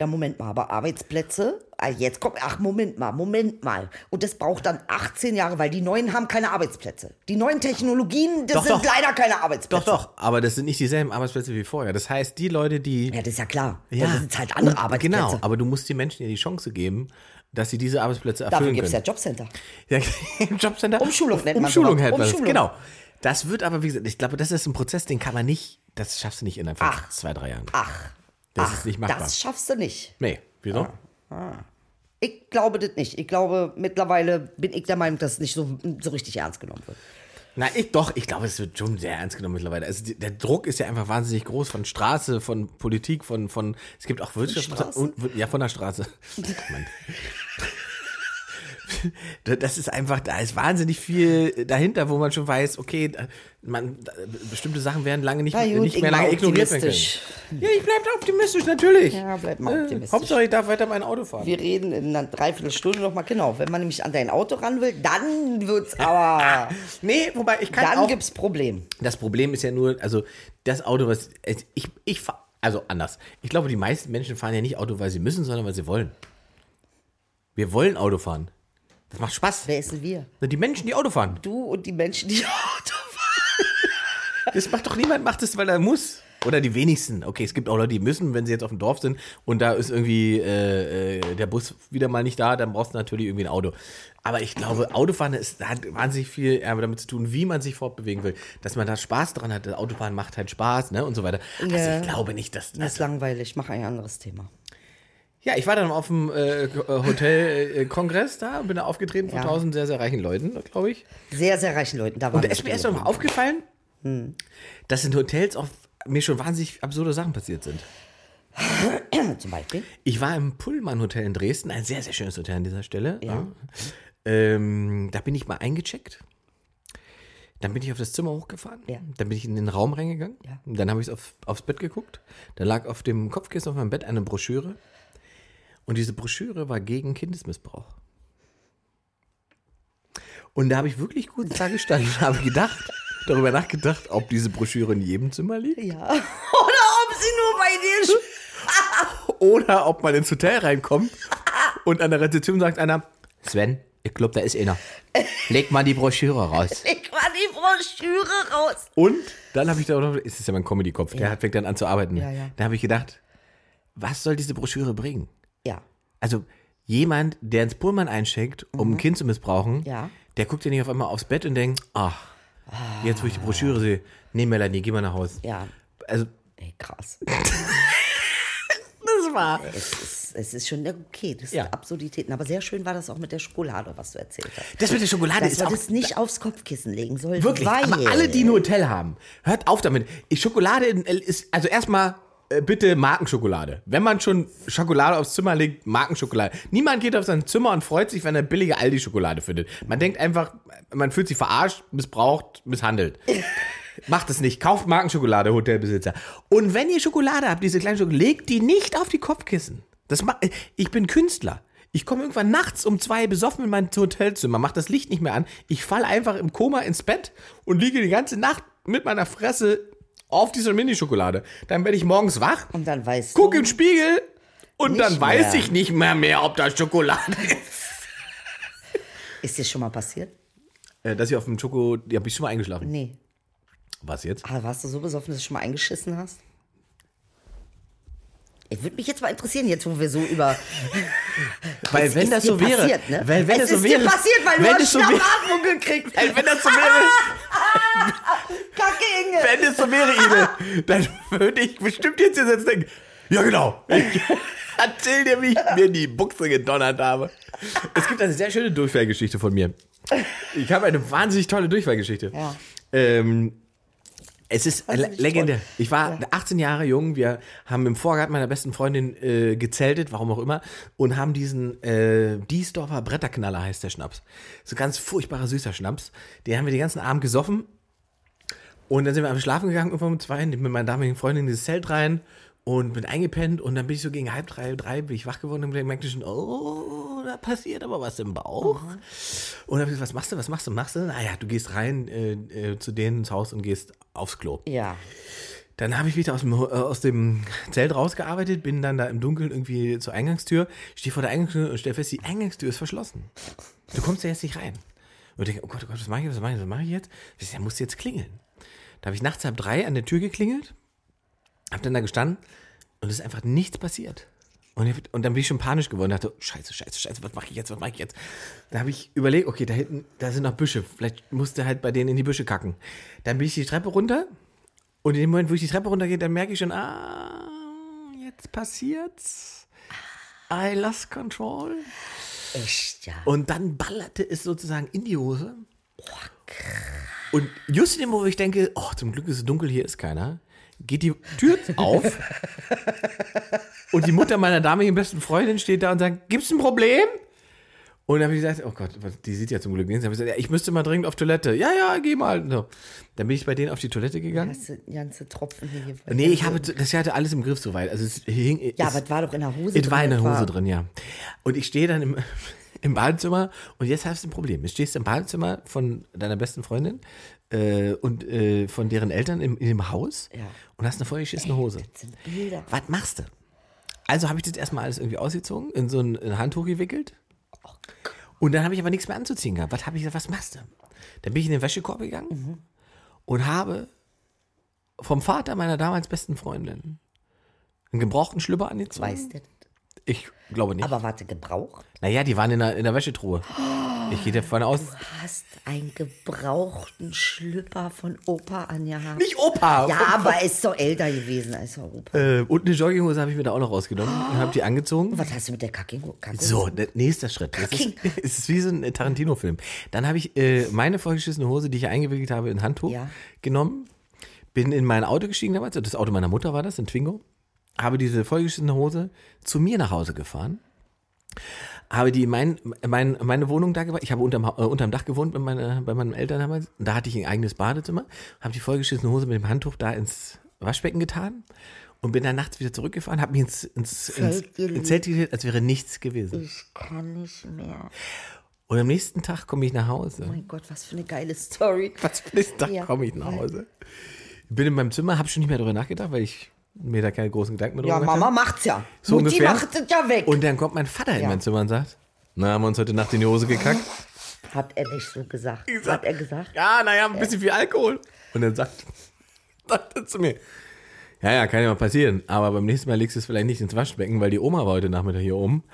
[SPEAKER 4] Ja, Moment mal, aber Arbeitsplätze? Ah, Jetzt kommt, ach, Moment mal, Moment mal. Und das braucht dann 18 Jahre, weil die Neuen haben keine Arbeitsplätze. Die neuen Technologien, das
[SPEAKER 2] Doch,
[SPEAKER 4] sind
[SPEAKER 2] doch.
[SPEAKER 4] leider keine Arbeitsplätze.
[SPEAKER 2] doch. Aber das sind nicht dieselben Arbeitsplätze wie vorher. Das heißt, die Leute, die.
[SPEAKER 4] Ja, das ist ja klar. Das sind halt andere
[SPEAKER 2] und-
[SPEAKER 4] Arbeitsplätze.
[SPEAKER 2] Genau, aber du musst den Menschen ja die Chance geben, dass sie diese Arbeitsplätze
[SPEAKER 4] Dafür
[SPEAKER 2] erfüllen
[SPEAKER 4] gibt es ja
[SPEAKER 2] können.
[SPEAKER 4] Jobcenter.
[SPEAKER 2] Ja, Im Jobcenter. Um,
[SPEAKER 4] Umschulung nennt man
[SPEAKER 2] Umschulung
[SPEAKER 4] sowas.
[SPEAKER 2] hält man
[SPEAKER 4] Umschulung.
[SPEAKER 2] Das. Genau. Das wird aber, wie gesagt, ich glaube, das ist ein Prozess, den kann man nicht, das schaffst du nicht innerhalb von
[SPEAKER 4] Ach.
[SPEAKER 2] zwei, drei Jahren.
[SPEAKER 4] Ach,
[SPEAKER 2] Das
[SPEAKER 4] ach,
[SPEAKER 2] ist nicht machbar.
[SPEAKER 4] das schaffst du nicht.
[SPEAKER 2] nee, wieso?
[SPEAKER 4] Ah. Ich glaube das nicht. Ich glaube, mittlerweile bin ich der Meinung, dass es nicht so, so richtig ernst genommen wird.
[SPEAKER 2] Na, ich doch, ich glaube, es wird schon sehr ernst genommen mittlerweile. Also die, der Druck ist ja einfach wahnsinnig groß von Straße, von Politik, von, von es gibt auch Wirtschaft
[SPEAKER 4] Straße?
[SPEAKER 2] und, ja von der Straße. Mann. Das ist einfach, da ist wahnsinnig viel dahinter, wo man schon weiß, okay, da- man, da- bestimmte Sachen werden lange nicht,
[SPEAKER 4] Na gut,
[SPEAKER 2] nicht
[SPEAKER 4] ich
[SPEAKER 2] mehr
[SPEAKER 4] bin
[SPEAKER 2] lange ignoriert werden
[SPEAKER 4] optimistisch.
[SPEAKER 2] können. Ja, ich bleib da optimistisch, natürlich.
[SPEAKER 4] Ja, bleib mal optimistisch.
[SPEAKER 2] Äh, Hauptsache, ich darf weiter mein Auto fahren.
[SPEAKER 4] Wir reden in einer Dreiviertelstunde nochmal, genau. Wenn man nämlich an dein Auto ran will, dann wird's aber.
[SPEAKER 2] nee, wobei ich kann
[SPEAKER 4] Dann
[SPEAKER 2] auch,
[SPEAKER 4] gibt's Problem.
[SPEAKER 2] Das Problem ist ja nur, also das Auto, was es- ich, ich fahre, also anders. Ich glaube, die meisten Menschen fahren ja nicht Auto, weil sie müssen, sondern weil sie wollen. Wir wollen Auto fahren. Das macht Spaß.
[SPEAKER 4] Wer ist denn wir?
[SPEAKER 2] Die Menschen, die Auto fahren.
[SPEAKER 4] Du und die Menschen, die Auto fahren.
[SPEAKER 2] Das macht doch niemand, macht es, weil er muss. Oder die wenigsten. Okay, es gibt auch Leute, die müssen, wenn sie jetzt auf dem Dorf sind und da ist irgendwie äh, äh, der Bus wieder mal nicht da, dann brauchst du natürlich irgendwie ein Auto. Aber ich glaube, Autofahren ist, hat wahnsinnig viel äh, damit zu tun, wie man sich fortbewegen will. Dass man da Spaß dran hat. Autofahren macht halt Spaß, ne? Und so weiter. Also
[SPEAKER 4] Ja.
[SPEAKER 2] ich glaube nicht, dass.
[SPEAKER 4] Das ist
[SPEAKER 2] Also,
[SPEAKER 4] langweilig, mach ein anderes Thema.
[SPEAKER 2] ja, ich war dann auf dem äh, Hotel-Kongress da, bin da aufgetreten von
[SPEAKER 4] Ja.
[SPEAKER 2] tausend sehr, sehr reichen Leuten, glaube ich.
[SPEAKER 4] Sehr, sehr reichen Leuten, da waren
[SPEAKER 2] Und
[SPEAKER 4] wir
[SPEAKER 2] da ist mir
[SPEAKER 4] schon.
[SPEAKER 2] erst nochmal aufgefallen,
[SPEAKER 4] Hm.
[SPEAKER 2] dass in Hotels auch mir schon wahnsinnig absurde Sachen passiert sind.
[SPEAKER 4] Zum Beispiel.
[SPEAKER 2] Ich war im Pullman-Hotel in Dresden, ein sehr, sehr schönes Hotel an dieser Stelle. Ja. Ähm, da bin ich mal eingecheckt. Dann bin ich auf das Zimmer hochgefahren.
[SPEAKER 4] Ja.
[SPEAKER 2] Dann bin ich in den Raum reingegangen.
[SPEAKER 4] Ja.
[SPEAKER 2] Und Dann habe ich auf, aufs Bett geguckt. Da lag auf dem Kopfkissen auf meinem Bett eine Broschüre. Und diese Broschüre war gegen Kindesmissbrauch. Und da habe ich wirklich gut da gestanden und habe gedacht, darüber nachgedacht, ob diese Broschüre in jedem Zimmer liegt.
[SPEAKER 4] Ja. Oder ob sie nur bei dir sch-
[SPEAKER 2] Oder ob man ins Hotel reinkommt und an der Rezeption sagt einer, Sven, ich glaube, da ist einer. Leg mal die Broschüre raus.
[SPEAKER 4] Ich war die Broschüre raus.
[SPEAKER 2] Und dann habe ich da auch noch, es ist ja mein Comedy-Kopf, der hat fängt dann an zu arbeiten.
[SPEAKER 4] Ja, ja.
[SPEAKER 2] Da habe ich gedacht, was soll diese Broschüre bringen?
[SPEAKER 4] Ja.
[SPEAKER 2] Also jemand, der ins Pullman einschenkt, um ein Kind zu missbrauchen,
[SPEAKER 4] Ja.
[SPEAKER 2] der guckt ja nicht auf einmal aufs Bett und denkt, ach, jetzt wo ich die Broschüre sehe, nee, Melanie, geh mal nach Hause.
[SPEAKER 4] Ja.
[SPEAKER 2] Also,
[SPEAKER 4] Ey, krass.
[SPEAKER 2] das war...
[SPEAKER 4] Es, es ist schon okay, das
[SPEAKER 2] Ja.
[SPEAKER 4] sind Absurditäten. Aber sehr schön war das auch mit der Schokolade, was du erzählt hast.
[SPEAKER 2] Das mit der Schokolade
[SPEAKER 4] Dass
[SPEAKER 2] ist
[SPEAKER 4] wir
[SPEAKER 2] auch
[SPEAKER 4] das nicht aufs Kopfkissen legen sollten.
[SPEAKER 2] Wirklich,
[SPEAKER 4] weil
[SPEAKER 2] aber alle, die ein Hotel haben, hört auf damit. Ich- Schokolade in- ist, also erstmal äh, bitte Markenschokolade. Wenn man schon Schokolade aufs Zimmer legt, Markenschokolade. Niemand geht auf sein Zimmer und freut sich, wenn er billige Aldi-Schokolade findet. Man denkt einfach, man fühlt sich verarscht, missbraucht, misshandelt. Macht es nicht. Kauft Markenschokolade, Hotelbesitzer. Und wenn ihr Schokolade habt, diese kleinen Schokolade, legt die nicht auf die Kopfkissen. Das ma ich bin Künstler. Ich komme irgendwann nachts um zwei besoffen in mein Hotelzimmer, mach das Licht nicht mehr an. Ich falle einfach im Koma ins Bett und liege die ganze Nacht mit meiner Fresse auf dieser Minischokolade. Dann werde ich morgens wach,
[SPEAKER 4] Und dann weißt
[SPEAKER 2] guck
[SPEAKER 4] du.
[SPEAKER 2] im Spiegel und
[SPEAKER 4] Nicht
[SPEAKER 2] dann weiß
[SPEAKER 4] mehr.
[SPEAKER 2] ich nicht mehr mehr, ob da Schokolade ist.
[SPEAKER 4] Ist dir schon mal passiert?
[SPEAKER 2] Äh, dass ich auf dem Schoko, die habe ich schon mal eingeschlafen.
[SPEAKER 4] Nee.
[SPEAKER 2] Was jetzt?
[SPEAKER 4] Aber warst du so besoffen, dass du schon mal eingeschissen hast? Ich würde mich jetzt mal interessieren, jetzt wo wir so über.
[SPEAKER 2] Weil
[SPEAKER 4] Es
[SPEAKER 2] wenn
[SPEAKER 4] ist
[SPEAKER 2] das
[SPEAKER 4] dir
[SPEAKER 2] so wäre,
[SPEAKER 4] passiert, ne?
[SPEAKER 2] weil wenn
[SPEAKER 4] es
[SPEAKER 2] das so
[SPEAKER 4] ist
[SPEAKER 2] wäre,
[SPEAKER 4] dir passiert, weil
[SPEAKER 2] wenn es
[SPEAKER 4] du hast
[SPEAKER 2] so
[SPEAKER 4] eine
[SPEAKER 2] wäre,
[SPEAKER 4] Atmung gekriegt.
[SPEAKER 2] Ey, wenn das so wäre,
[SPEAKER 4] Kacke, Inge.
[SPEAKER 2] wenn das so wäre, Ine, dann würde ich bestimmt jetzt hier sitzen und denken, ja genau, ich erzähl dir, wie ich mir die Buchse gedonnert habe. Es gibt eine sehr schöne Durchfallgeschichte von mir. Ich habe eine wahnsinnig tolle Durchfallgeschichte.
[SPEAKER 4] Ja.
[SPEAKER 2] Ähm, es ist le-
[SPEAKER 4] mich
[SPEAKER 2] legendär. Ich war 18 Jahre jung. Wir haben im Vorgarten meiner besten Freundin äh, gezeltet, warum auch immer, und haben diesen äh, Diesdorfer Bretterknaller heißt der Schnaps. So ganz furchtbarer süßer Schnaps. Den haben wir den ganzen Abend gesoffen. Und dann sind wir am Schlafen gegangen, irgendwann um zwei, mit meiner damaligen Freundin in dieses Zelt rein und bin eingepennt. Und dann bin ich so gegen halb drei, drei bin ich wach geworden und merkte schon, oh, da passiert aber was im Bauch. Und dann hab ich gesagt, was machst du, was machst du, machst du? Naja, du gehst rein äh, äh, zu denen ins Haus und gehst aufs Klo.
[SPEAKER 4] Ja.
[SPEAKER 2] Dann habe ich mich da aus dem, äh, aus dem Zelt rausgearbeitet, bin dann da im Dunkeln irgendwie zur Eingangstür, stehe vor der Eingangstür und stelle fest, die Eingangstür ist verschlossen. Du kommst ja jetzt nicht rein. Und denke, oh Gott, oh Gott, was mache ich jetzt, was mache ich, was mache ich jetzt? Ich sag, ja, musst du jetzt klingeln. Da habe ich nachts halb drei an der Tür geklingelt, habe dann da gestanden und es ist einfach nichts passiert. Und, ich, und dann bin ich schon panisch geworden, dachte, scheiße, scheiße, scheiße, was mache ich jetzt, was mache ich jetzt? Da habe ich überlegt, okay, da hinten, da sind noch Büsche, vielleicht musste halt bei denen in die Büsche kacken. Dann bin ich die Treppe runter und in dem Moment, wo ich die Treppe runtergehe, dann merke ich schon, ah, jetzt passiert's. I lost control.
[SPEAKER 4] Echt, ja.
[SPEAKER 2] Und dann ballerte es sozusagen in die Hose. Und just in dem Moment, wo ich denke, oh, zum Glück ist es dunkel, hier ist keiner, geht die Tür auf. und die Mutter meiner damaligen besten Freundin steht da und sagt, gibt's ein Problem? Und dann habe ich gesagt, oh Gott, was- die sieht ja zum Glück nichts. Dann habe ich gesagt, ja, ich müsste mal dringend auf Toilette. Ja, ja, geh mal. So. Dann bin ich bei denen auf die Toilette gegangen.
[SPEAKER 4] Hast du die ganze Tropfen hier?
[SPEAKER 2] Nee, ich habe das hatte alles im Griff soweit. Also es hing
[SPEAKER 4] Ja,
[SPEAKER 2] es,
[SPEAKER 4] aber es war doch in der Hose
[SPEAKER 2] Es war in
[SPEAKER 4] drin,
[SPEAKER 2] der
[SPEAKER 4] es
[SPEAKER 2] Hose
[SPEAKER 4] war-
[SPEAKER 2] drin, ja. Und ich stehe dann im, im Badezimmer und jetzt hast du ein Problem. Jetzt stehst du im Badezimmer von deiner besten Freundin äh, und äh, von deren Eltern im, in dem Haus
[SPEAKER 4] Ja.
[SPEAKER 2] und hast eine vollgeschissene Hose.
[SPEAKER 4] Das sind Bilder.
[SPEAKER 2] Was machst du? Also habe ich das erstmal alles irgendwie ausgezogen, in so ein, in ein Handtuch gewickelt. Oh Und dann habe ich aber nichts mehr anzuziehen gehabt. Was habe ich gesagt, was machst du? Dann bin ich in den Wäschekorb gegangen und habe vom Vater meiner damals besten Freundin einen gebrauchten Schlüpper angezogen.
[SPEAKER 4] Weißt du?
[SPEAKER 2] Ich glaube nicht.
[SPEAKER 4] Aber warte, gebraucht?
[SPEAKER 2] naja, die waren in der, in der Wäschetruhe. Ich gehe davon aus.
[SPEAKER 4] Du hast einen gebrauchten Schlüpper von Opa angehabt.
[SPEAKER 2] Nicht Opa!
[SPEAKER 4] Ja, aber er ist doch älter gewesen als der Opa.
[SPEAKER 2] Äh, und eine Jogginghose habe ich mir da auch noch rausgenommen und habe die angezogen.
[SPEAKER 4] Was hast du mit der Kacke? Kacke-
[SPEAKER 2] So, der nächster Schritt. Es ist, es ist wie so ein äh, Tarantino-Film. Dann habe ich äh, meine vollgeschissene Hose, die ich eingewickelt habe, in ein Handtuch
[SPEAKER 4] Ja.
[SPEAKER 2] genommen, bin in mein Auto gestiegen damals, das Auto meiner Mutter war das, in Twingo, habe diese vollgeschissene Hose zu mir nach Hause gefahren, habe die in mein, mein, meine Wohnung da gebracht. Ich habe unterm, Hau- äh, unterm Dach gewohnt bei, meiner, bei meinen Eltern damals. Und da hatte ich ein eigenes Badezimmer, habe die vollgeschissene Hose mit dem Handtuch da ins Waschbecken getan. Und bin dann nachts wieder zurückgefahren, habe mich ins, ins, ins,
[SPEAKER 4] Zelt gelegt.
[SPEAKER 2] ins Zelt gelegt, als wäre nichts gewesen.
[SPEAKER 4] Ich kann nicht mehr.
[SPEAKER 2] Und am nächsten Tag komme ich nach Hause.
[SPEAKER 4] Mein Gott, was für eine geile Story.
[SPEAKER 2] Was am nächsten Tag
[SPEAKER 4] Ja.
[SPEAKER 2] komme ich nach Hause. Bin in meinem Zimmer, habe schon nicht mehr darüber nachgedacht, weil ich mir da keine großen Gedanken mehr drüber
[SPEAKER 4] Ja,
[SPEAKER 2] gemacht
[SPEAKER 4] Mama macht's ja.
[SPEAKER 2] So
[SPEAKER 4] Mutti
[SPEAKER 2] ungefähr.
[SPEAKER 4] macht es ja weg.
[SPEAKER 2] habe. Und dann kommt mein Vater in
[SPEAKER 4] Ja.
[SPEAKER 2] mein Zimmer und sagt, na, haben wir uns heute Nacht in die Hose gekackt?
[SPEAKER 4] Hat er nicht so gesagt. Hat er gesagt?
[SPEAKER 2] Ja, naja, ein bisschen viel Alkohol. Und dann sagt, sagt er zu mir, ja, ja, kann ja mal passieren, aber beim nächsten Mal legst du es vielleicht nicht ins Waschbecken, weil die Oma war heute Nachmittag hier oben.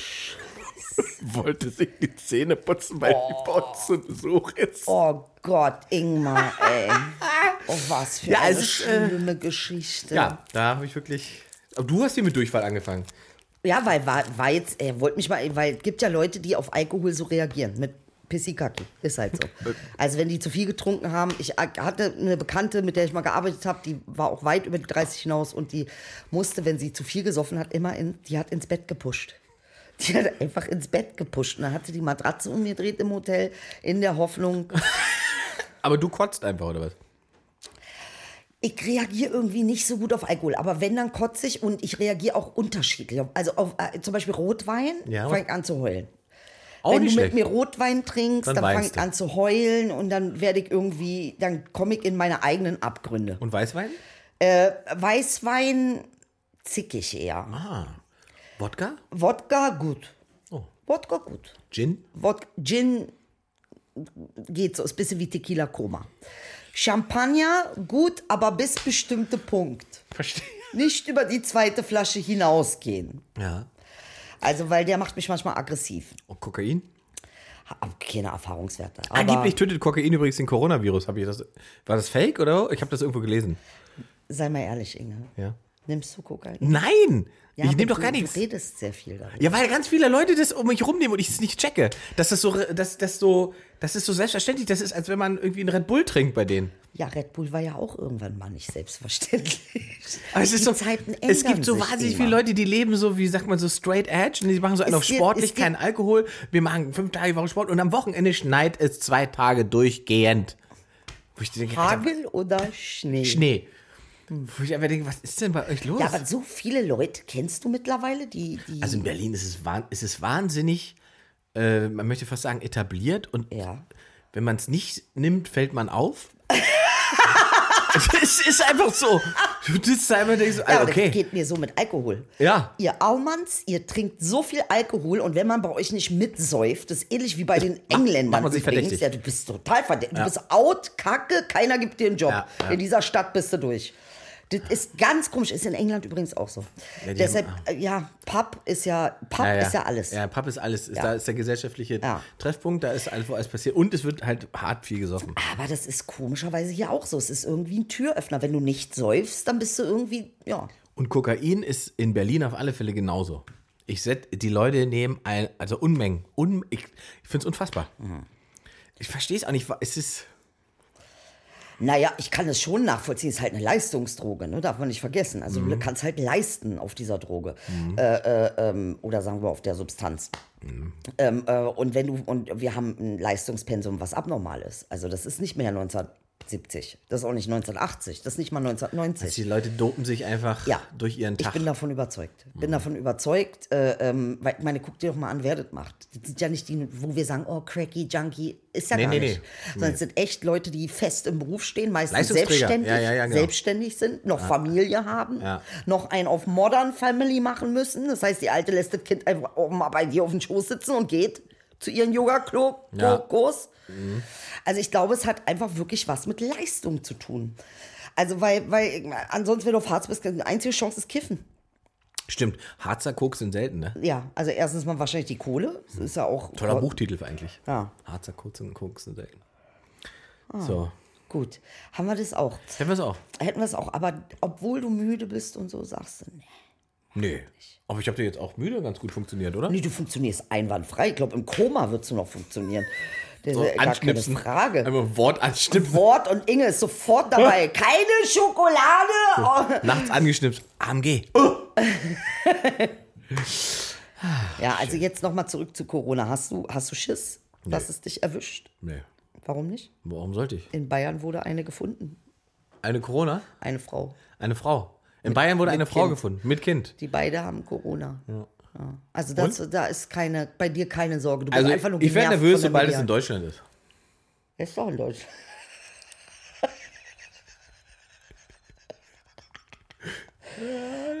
[SPEAKER 2] Wollte sich die Zähne putzen, weil die bei uns zu Besuch ist.
[SPEAKER 4] Oh Gott, Ingmar, ey. Oh, was für
[SPEAKER 2] Ja,
[SPEAKER 4] eine
[SPEAKER 2] es ist, äh,
[SPEAKER 4] schlimme Geschichte.
[SPEAKER 2] Ja, da habe ich wirklich. Aber du hast hier mit Durchfall angefangen.
[SPEAKER 4] Ja, weil war, war jetzt, er wollte mich mal, weil es gibt ja Leute, die auf Alkohol so reagieren mit Pissikacke. Ist halt so. Also wenn die zu viel getrunken haben, ich hatte eine Bekannte, mit der ich mal gearbeitet habe, die war auch weit über die 30 hinaus und die musste, wenn sie zu viel gesoffen hat, immer in, die hat ins Bett gepusht. Die hat einfach ins Bett gepusht. Und dann hat sie die Matratze umgedreht im Hotel, in der Hoffnung,
[SPEAKER 2] Aber du kotzt einfach, oder was?
[SPEAKER 4] ich reagiere irgendwie nicht so gut auf Alkohol, aber wenn, dann kotze ich und ich reagiere auch unterschiedlich. Also auf äh, zum Beispiel Rotwein
[SPEAKER 2] Ja.
[SPEAKER 4] fange ich an zu heulen.
[SPEAKER 2] Auch
[SPEAKER 4] wenn du
[SPEAKER 2] nicht
[SPEAKER 4] mit mir
[SPEAKER 2] schlecht.
[SPEAKER 4] Rotwein trinkst,
[SPEAKER 2] Dann
[SPEAKER 4] dann, fange
[SPEAKER 2] weinst
[SPEAKER 4] ich
[SPEAKER 2] du.
[SPEAKER 4] an zu heulen und dann werde ich irgendwie, dann komme ich in meine eigenen Abgründe.
[SPEAKER 2] Und Weißwein?
[SPEAKER 4] Weißwein zickig eher.
[SPEAKER 2] Ah. Wodka?
[SPEAKER 4] Wodka gut.
[SPEAKER 2] Oh.
[SPEAKER 4] Wodka gut.
[SPEAKER 2] Gin?
[SPEAKER 4] Wodka, Gin geht so, ist ein bisschen wie Tequila Koma. Champagner gut, aber bis bestimmte Punkt.
[SPEAKER 2] Verstehe.
[SPEAKER 4] Nicht über die zweite Flasche hinausgehen.
[SPEAKER 2] Ja.
[SPEAKER 4] Also, weil der macht mich manchmal aggressiv.
[SPEAKER 2] Und Kokain?
[SPEAKER 4] Hab keine Erfahrungswerte. Aber
[SPEAKER 2] Angeblich tötet Kokain übrigens den Coronavirus. Hab ich das, war das fake oder? Ich habe das irgendwo gelesen.
[SPEAKER 4] sei mal ehrlich, Inge.
[SPEAKER 2] Ja.
[SPEAKER 4] Nimmst du Kokain?
[SPEAKER 2] Nein!
[SPEAKER 4] Ja,
[SPEAKER 2] ich
[SPEAKER 4] aber
[SPEAKER 2] nehme doch
[SPEAKER 4] du-
[SPEAKER 2] gar nichts.
[SPEAKER 4] Du redest sehr viel darüber.
[SPEAKER 2] Ja, weil ganz viele Leute das um mich rumnehmen und ich es nicht checke. Das ist so, das, das so, das ist so selbstverständlich. Das ist, als wenn man irgendwie einen Red Bull trinkt bei denen.
[SPEAKER 4] Ja, Red Bull war ja auch irgendwann mal nicht selbstverständlich.
[SPEAKER 2] Aber es ist
[SPEAKER 4] Die
[SPEAKER 2] so,
[SPEAKER 4] Zeiten
[SPEAKER 2] es
[SPEAKER 4] ändern
[SPEAKER 2] gibt so
[SPEAKER 4] sich
[SPEAKER 2] wahnsinnig
[SPEAKER 4] immer.
[SPEAKER 2] viele Leute, die leben so, wie sagt man, so straight edge. Und die machen so einen
[SPEAKER 4] Es
[SPEAKER 2] auf
[SPEAKER 4] gibt- es
[SPEAKER 2] sportlich,
[SPEAKER 4] gibt-
[SPEAKER 2] keinen Alkohol. Wir machen fünf Tage die Woche Sport und am Wochenende schneit es zwei Tage durchgehend. Wo ich denke, Alter,
[SPEAKER 4] Hagel oder Schnee?
[SPEAKER 2] Schnee. Wo ich einfach denke, was ist denn bei euch los?
[SPEAKER 4] Ja, aber so viele Leute kennst du mittlerweile, die. die
[SPEAKER 2] Also in Berlin ist es, wahn, ist es wahnsinnig, äh, man möchte fast sagen, etabliert und
[SPEAKER 4] Ja.
[SPEAKER 2] wenn man es nicht nimmt, fällt man auf. Es ist einfach so. Du sitzt da immer und denkst, so,
[SPEAKER 4] ja,
[SPEAKER 2] ah,
[SPEAKER 4] aber das
[SPEAKER 2] okay.
[SPEAKER 4] geht mir so mit Alkohol.
[SPEAKER 2] Ja.
[SPEAKER 4] Ihr Aumanns, ihr trinkt so viel Alkohol und wenn man bei euch nicht mitsäuft, das ist ähnlich wie bei den Engländern.
[SPEAKER 2] macht man sich
[SPEAKER 4] übrigens.
[SPEAKER 2] verdächtig.
[SPEAKER 4] Ja, du bist total verdächtig. Du bist out, kacke, keiner gibt dir einen Job.
[SPEAKER 2] Ja, ja.
[SPEAKER 4] In dieser Stadt bist du durch. Das ist ganz komisch, ist in England übrigens auch so.
[SPEAKER 2] die
[SPEAKER 4] Deshalb,
[SPEAKER 2] haben-
[SPEAKER 4] äh, ja, Pub ist ja, Pub ist ja alles.
[SPEAKER 2] Ja, Pub ist alles. Ist, Da ist der gesellschaftliche
[SPEAKER 4] Ja.
[SPEAKER 2] Treffpunkt, da ist also alles, wo alles passiert. Und es wird halt hart viel gesoffen.
[SPEAKER 4] Aber das ist komischerweise hier auch so. Es ist irgendwie ein Türöffner. Wenn du nicht säufst, dann bist du irgendwie, ja.
[SPEAKER 2] Und Kokain ist in Berlin auf alle Fälle genauso. Ich set, die Leute nehmen ein, also Unmengen. Un, ich ich finde es unfassbar.
[SPEAKER 4] Mhm.
[SPEAKER 2] Ich verstehe es auch nicht. wa- Es ist.
[SPEAKER 4] Naja, ich kann es schon nachvollziehen. Es ist halt eine Leistungsdroge, ne? darf man nicht vergessen. Also du kannst halt leisten auf dieser Droge äh, äh, ähm, oder sagen wir auf der Substanz. Ähm, äh, und wenn du und wir haben ein Leistungspensum, was abnormal ist. Also das ist nicht mehr 1970, das ist auch nicht 1980, das ist nicht mal 1990.
[SPEAKER 2] Die Leute dopen sich einfach
[SPEAKER 4] Ja.
[SPEAKER 2] durch ihren
[SPEAKER 4] Ich
[SPEAKER 2] Tag. Mhm.
[SPEAKER 4] bin davon überzeugt. Bin davon überzeugt, äh, ähm, weil, ich meine, guck dir doch mal an, wer das macht. Das sind ja nicht die, wo wir sagen, oh, cracky, junkie, ist ja
[SPEAKER 2] Nee,
[SPEAKER 4] gar
[SPEAKER 2] nee,
[SPEAKER 4] nicht.
[SPEAKER 2] nee.
[SPEAKER 4] Sondern es sind echt Leute, die fest im Beruf stehen, meistens
[SPEAKER 2] Leistungsträger.
[SPEAKER 4] selbstständig,
[SPEAKER 2] Ja, ja, ja, genau.
[SPEAKER 4] selbstständig sind, noch Familie haben,
[SPEAKER 2] Ja.
[SPEAKER 4] noch einen auf Modern Family machen müssen. Das heißt, die Alte lässt das Kind einfach auch mal bei dir auf den Schoß sitzen und geht zu ihren
[SPEAKER 2] Ja. Mhm.
[SPEAKER 4] Yoga-Klo-Kurs. Also ich glaube, es hat einfach wirklich was mit Leistung zu tun. Also weil, weil ansonsten, wenn du auf Harz bist, die einzige Chance ist Kiffen.
[SPEAKER 2] Stimmt, Harzer Koks sind selten, ne?
[SPEAKER 4] Ja, also erstens mal wahrscheinlich die Kohle. Das ist ja auch...
[SPEAKER 2] Toller Buchtitel eigentlich.
[SPEAKER 4] Oh. Ja. Ah.
[SPEAKER 2] Harzer Koks und Koks sind selten. So.
[SPEAKER 4] Gut, haben wir das auch.
[SPEAKER 2] Hätten wir es auch?
[SPEAKER 4] Hätten wir es auch. Aber obwohl du müde bist und so, sagst du, nee.
[SPEAKER 2] Nö. Aber ich habe dir jetzt auch müde ganz gut funktioniert, oder?
[SPEAKER 4] Nee, du funktionierst einwandfrei. Ich glaube, im Koma wirst du noch funktionieren. Das
[SPEAKER 2] So
[SPEAKER 4] ist Äh, gar keine Frage.
[SPEAKER 2] Einmal Wort anschnipsen.
[SPEAKER 4] Wort und Inge ist sofort dabei. Keine Schokolade!
[SPEAKER 2] Nachts angeschnipst. AMG.
[SPEAKER 4] Oh. Ja, also jetzt nochmal zurück zu Corona. Hast du, hast du Schiss, dass es dich erwischt?
[SPEAKER 2] Nee.
[SPEAKER 4] Warum nicht?
[SPEAKER 2] Warum sollte ich?
[SPEAKER 4] In Bayern wurde eine gefunden.
[SPEAKER 2] Eine Corona?
[SPEAKER 4] Eine Frau.
[SPEAKER 2] Eine Frau. In Bayern wurde
[SPEAKER 4] mit
[SPEAKER 2] eine Frau
[SPEAKER 4] Kind.
[SPEAKER 2] gefunden. Mit Kind.
[SPEAKER 4] Die beide haben Corona. Ja. Also das, da ist keine, bei dir keine Sorge. Du bist
[SPEAKER 2] Also
[SPEAKER 4] einfach nur
[SPEAKER 2] ich werde
[SPEAKER 4] genervt
[SPEAKER 2] nervös,
[SPEAKER 4] von der
[SPEAKER 2] sobald es
[SPEAKER 4] Media.
[SPEAKER 2] in Deutschland ist.
[SPEAKER 4] Das ist doch in Deutschland.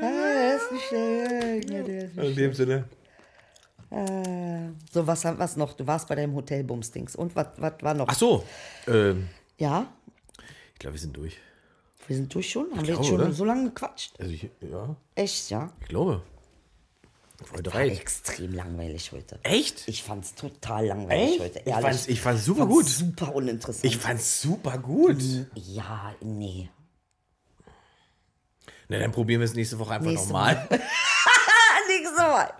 [SPEAKER 4] Ah, der ist nicht schlecht. Ja, der ist nicht- Ah.
[SPEAKER 2] In dem Sinne.
[SPEAKER 4] So, was, haben- was noch? Du warst bei deinem Hotel Bumstings. Und was, was war noch?
[SPEAKER 2] Ach so. Ähm,
[SPEAKER 4] Ja,
[SPEAKER 2] ich glaube, wir sind durch.
[SPEAKER 4] wir sind durch schon. Haben wir jetzt
[SPEAKER 2] glaube,
[SPEAKER 4] schon
[SPEAKER 2] oder?
[SPEAKER 4] so lange gequatscht?
[SPEAKER 2] Also ich, ja,
[SPEAKER 4] Echt, ja?
[SPEAKER 2] ich glaube. Heute reicht.
[SPEAKER 4] Extrem langweilig heute.
[SPEAKER 2] Echt?
[SPEAKER 4] Ich fand's total langweilig heute.
[SPEAKER 2] Ich
[SPEAKER 4] Ehrlich.
[SPEAKER 2] fand's, ich fand's super gut.
[SPEAKER 4] Super uninteressant.
[SPEAKER 2] Ich fand's super gut.
[SPEAKER 4] Mhm. ja, nee.
[SPEAKER 2] Na, dann probieren wir es nächste Woche einfach
[SPEAKER 4] Nächste
[SPEAKER 2] nochmal.
[SPEAKER 4] Nächstes Ah, Mal.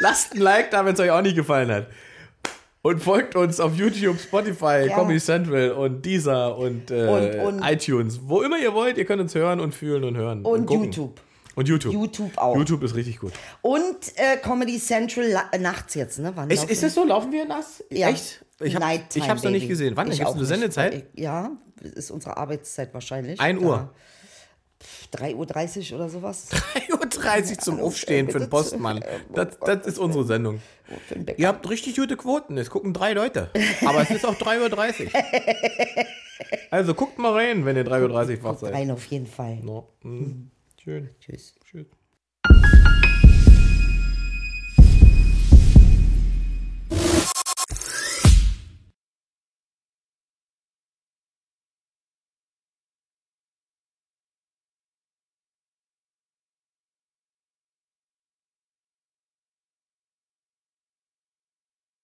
[SPEAKER 2] Lasst ein Like da, wenn es euch auch nicht gefallen hat. Und folgt uns auf YouTube, Spotify,
[SPEAKER 4] Ja.
[SPEAKER 2] Comedy Central und Deezer und, äh,
[SPEAKER 4] Und- und-
[SPEAKER 2] iTunes. Wo immer ihr wollt, ihr könnt uns hören und fühlen und hören.
[SPEAKER 4] Und
[SPEAKER 2] gucken.
[SPEAKER 4] YouTube.
[SPEAKER 2] Und YouTube.
[SPEAKER 4] YouTube auch. Genau.
[SPEAKER 2] YouTube ist richtig gut.
[SPEAKER 4] Und äh, Comedy Central la- nachts jetzt, ne? Wann
[SPEAKER 2] Ist,
[SPEAKER 4] laufen-
[SPEAKER 2] ist das so? Laufen wir nass?
[SPEAKER 4] Ja.
[SPEAKER 2] Echt? Ich habe
[SPEAKER 4] Nighttime,
[SPEAKER 2] ich hab's noch nicht
[SPEAKER 4] Baby.
[SPEAKER 2] gesehen. Wann?
[SPEAKER 4] Ich
[SPEAKER 2] Gibt's
[SPEAKER 4] auch
[SPEAKER 2] eine
[SPEAKER 4] nicht. Äh,
[SPEAKER 2] Sendezeit?
[SPEAKER 4] Ja, ist unsere Arbeitszeit wahrscheinlich.
[SPEAKER 2] 1 Uhr.
[SPEAKER 4] 3.30 Uhr oder sowas.
[SPEAKER 2] 3.30 Uhr zum Aufstehen für den Postmann.
[SPEAKER 4] Oh
[SPEAKER 2] Das, das ist unsere Sendung.
[SPEAKER 4] Für den Bäcker.
[SPEAKER 2] Ihr habt richtig gute Quoten. Es gucken drei Leute. Aber es ist auch 3.30 Uhr. Also guckt mal rein, wenn ihr 3.30 Uhr wach seid.
[SPEAKER 4] Rein auf jeden Fall.
[SPEAKER 2] No. Mhm. Schön.
[SPEAKER 4] Tschüss.
[SPEAKER 2] Schön.